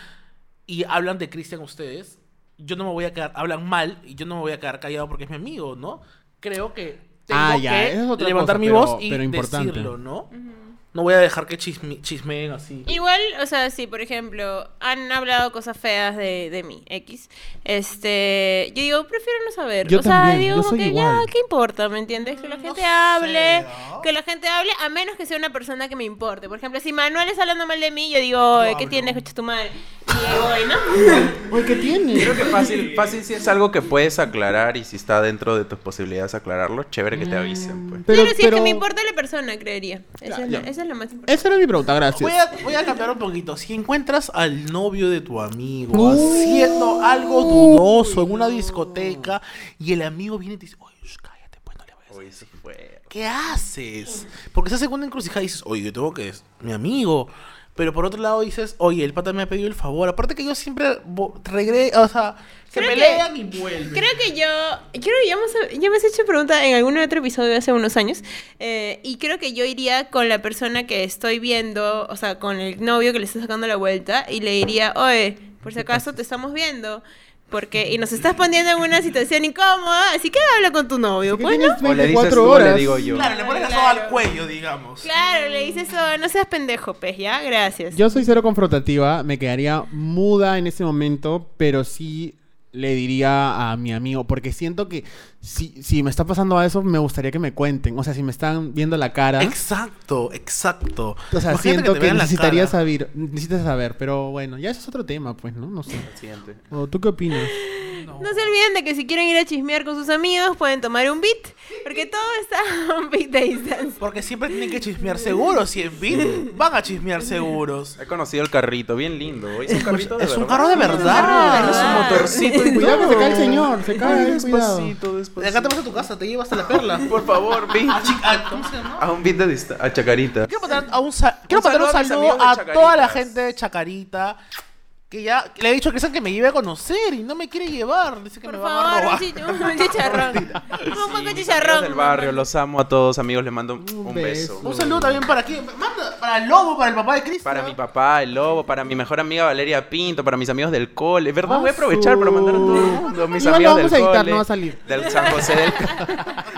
Speaker 2: y hablan de Cristian ustedes, yo no me voy a quedar, hablan mal y yo no me voy a quedar callado porque es mi amigo, ¿no? Creo que tengo
Speaker 4: Ah, ya,
Speaker 2: que
Speaker 4: esa es otra
Speaker 2: levantar
Speaker 4: cosa,
Speaker 2: mi
Speaker 4: pero-
Speaker 2: voz y
Speaker 4: pero importante.
Speaker 2: decirlo, ¿no? No voy a dejar que chisme, chismeen así.
Speaker 1: Igual, o sea, sí, por ejemplo, han hablado cosas feas de, de mí, X. Este, yo digo, prefiero no saber.
Speaker 4: Yo
Speaker 1: o sea,
Speaker 4: también,
Speaker 1: digo
Speaker 4: yo
Speaker 1: como
Speaker 4: soy
Speaker 1: que
Speaker 4: igual.
Speaker 1: ya, ¿qué importa? ¿Me entiendes? Que la gente hable, que la gente hable, a menos que sea una persona que me importe. Por ejemplo, si Manuel está hablando mal de mí, yo digo, "Oye, ¿qué tienes, coche tu madre? Y voy,
Speaker 4: [laughs]
Speaker 1: ¿no?
Speaker 4: Oye, ¿qué tiene?
Speaker 5: Creo que fácil, fácil si es algo que puedes aclarar y si está dentro de tus posibilidades aclararlo, chévere que te avisen, pues.
Speaker 1: Pero, si es que me importa la persona, creería. Eso, es, lo, eso es lo más importante.
Speaker 4: Esa era mi pregunta, gracias.
Speaker 2: Voy a, voy a cambiar un poquito. Si encuentras al novio de tu amigo
Speaker 4: Uy.
Speaker 2: haciendo algo dudoso en una discoteca y el amigo viene y te dice, oye, sh, cállate, pues no le vayas a decir". ¿Qué haces? Porque estás en una encrucijada y dices, oye, yo tengo que... es mi amigo. Pero por otro lado dices, oye, el pata me ha pedido el favor. Aparte que yo siempre regreso, o sea, se
Speaker 1: Creo que-
Speaker 2: pelean y vuelven.
Speaker 1: Creo que yo, creo que ya, hemos- ya me has hecho pregunta en algún otro episodio hace unos años eh, y creo que yo iría con la persona que estoy viendo, o sea, con el novio que le está sacando la vuelta y le diría, oye, por si acaso te estamos viendo. Porque, y nos estás poniendo en una situación incómoda, así que habla con tu novio, pues, ¿no?
Speaker 5: O le dices
Speaker 4: 24
Speaker 5: tú, o
Speaker 4: horas.
Speaker 5: le digo yo.
Speaker 2: Claro, le pones la soga al cuello, digamos.
Speaker 1: Claro, le dices, oh, no seas pendejo, pez, ¿ya? Gracias.
Speaker 4: Yo soy cero confrontativa, me quedaría muda en ese momento, pero sí le diría a mi amigo, porque siento que si, si me está pasando a eso, me gustaría que me cuenten. O sea, si me están viendo la cara.
Speaker 2: Exacto, exacto.
Speaker 4: o sea,
Speaker 2: Imagínate
Speaker 4: siento
Speaker 2: te
Speaker 4: que,
Speaker 2: vean la
Speaker 4: necesitaría
Speaker 2: cara.
Speaker 4: saber, necesitas saber, pero bueno, ya eso es otro tema, pues, ¿no? No sé.
Speaker 5: Siguiente.
Speaker 4: O, ¿Tú qué opinas?
Speaker 1: No se olviden de que si quieren ir a chismear con sus amigos, pueden tomar un beat, porque todo está [laughs] a un beat de distancia.
Speaker 2: Porque siempre tienen que chismear seguros. Si en fin, van a chismear seguros.
Speaker 5: He conocido el carrito, bien lindo. ¿eh? Es un carrito de
Speaker 2: Es un
Speaker 5: verdad.
Speaker 2: carro de verdad.
Speaker 1: Es un
Speaker 5: motorcito y
Speaker 4: Cuidado que se cae el
Speaker 5: todo.
Speaker 4: señor, se cae,
Speaker 5: Ay,
Speaker 4: cuidado.
Speaker 5: despacito,
Speaker 2: De acá te
Speaker 5: despacito.
Speaker 2: vas a tu casa, te llevas a la perla.
Speaker 5: [laughs] Por favor, vi.
Speaker 2: A chi- a- ¿Cómo se llama?
Speaker 5: A un bit de distancia, a Chacarita.
Speaker 2: Quiero mandar a un, sa- quiero
Speaker 5: Un
Speaker 2: mandar un
Speaker 5: saludo a mis
Speaker 2: saludo
Speaker 5: amigos de
Speaker 2: a toda la
Speaker 5: Chacaritas.
Speaker 2: gente de Chacarita. que ya le he dicho a Cristian que me lleve a conocer y no me quiere llevar. Dice que
Speaker 1: Por
Speaker 2: me van a
Speaker 1: favor,
Speaker 2: robar.
Speaker 1: un chicho-
Speaker 5: [laughs]
Speaker 1: un chicharrón. Un poco de chicharrón.
Speaker 5: del barrio, los amo a todos, amigos, les mando un,
Speaker 4: Un
Speaker 5: beso.
Speaker 4: beso.
Speaker 2: [laughs] Un saludo también para quién? Manda, para el lobo, para el papá de Cristian.
Speaker 5: Para mi papá, el lobo, para mi mejor amiga Valeria Pinto, para mis amigos del cole. ¿Verdad? Voy a
Speaker 4: Ah,
Speaker 5: aprovechar
Speaker 4: su-
Speaker 5: para mandar a todo el mundo, mis
Speaker 4: Igual lo
Speaker 5: amigos
Speaker 4: vamos
Speaker 5: del
Speaker 4: a editar,
Speaker 5: cole,
Speaker 4: no va a salir.
Speaker 5: Del San José del,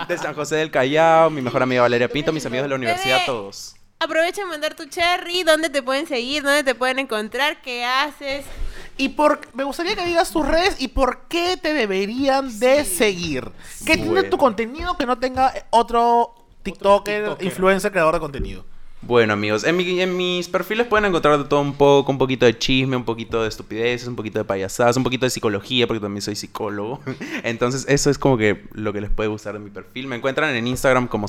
Speaker 5: del [laughs] San José del Callao, mi mejor amiga Valeria Pinto, mis amigos de la universidad,
Speaker 1: Bebé.
Speaker 5: todos.
Speaker 1: Aprovecha de mandar tu cherry. ¿Dónde te pueden seguir? ¿Dónde te pueden encontrar? ¿Qué haces?
Speaker 2: Y por, me gustaría que digas tus redes y por qué te deberían de seguir. ¿Qué tiene
Speaker 5: Bueno.
Speaker 2: tu contenido que no tenga otro TikToker,
Speaker 3: TikToker.
Speaker 2: influencer, creador de contenido?
Speaker 5: Bueno, amigos, en, mi- en mis perfiles pueden encontrar de todo un poco, un poquito de chisme, un poquito de estupideces, un poquito de payasadas, un poquito de psicología, porque también soy psicólogo. [laughs] Entonces, eso es como que lo que les puede gustar de mi perfil. Me encuentran en Instagram como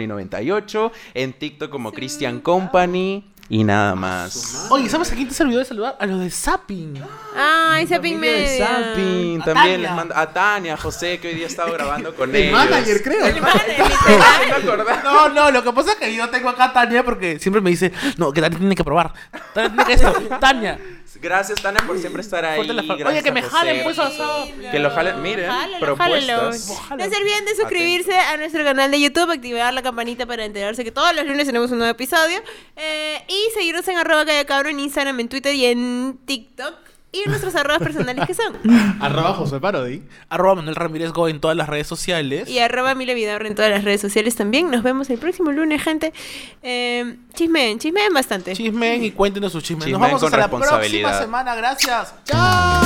Speaker 5: chcompany98, en TikTok como Christian Company y nada
Speaker 4: Ah,
Speaker 5: más.
Speaker 2: Oye, ¿sabes a quién te se olvidó de saludar? A los de Zapping.
Speaker 1: Ay, Zapping
Speaker 5: Familia de
Speaker 1: Media.
Speaker 5: Zapping,
Speaker 2: A
Speaker 5: también
Speaker 2: Tania.
Speaker 5: les mando a Tania, a José, que hoy día he estado grabando con
Speaker 4: El
Speaker 5: ellos.
Speaker 4: manager, creo.
Speaker 1: El man,
Speaker 5: [laughs]
Speaker 1: el literal.
Speaker 5: Ay, me acordé.
Speaker 2: No, no, lo que pasa es que yo tengo acá a Tania porque siempre me dice, no, que Tania tiene que probar. Tania tiene que esto. [laughs] Tania.
Speaker 5: Gracias, Tania, por siempre estar ahí.
Speaker 2: Fuerte la fa- Oye,
Speaker 5: Gracias
Speaker 2: que
Speaker 5: a
Speaker 2: me
Speaker 5: José.
Speaker 2: jalen, pues, a-
Speaker 5: Que lo jalen, miren,
Speaker 1: Jálalo, jálalo.
Speaker 5: propuestas.
Speaker 1: No se olviden de suscribirse a nuestro canal de YouTube, activar la campanita para enterarse que todos los lunes tenemos un nuevo episodio. eh, y seguirnos en arroba Calle Cabro en Instagram, en Twitter y en TikTok. Y nuestros arrobas personales que son.
Speaker 4: Arroba José Parodi.
Speaker 2: Arroba Manuel Ramírez Go en todas las redes sociales.
Speaker 1: Y arroba Mile Vidaurre en todas las redes sociales también. Nos vemos el próximo lunes, gente. Eh, chismeen, chismeen bastante.
Speaker 2: Chismen y cuéntenos sus chismes.
Speaker 5: Chismen
Speaker 2: Nos vemos
Speaker 5: con
Speaker 2: hasta la próxima
Speaker 5: responsabilidad.
Speaker 2: semana. Gracias.
Speaker 4: ¡Chao!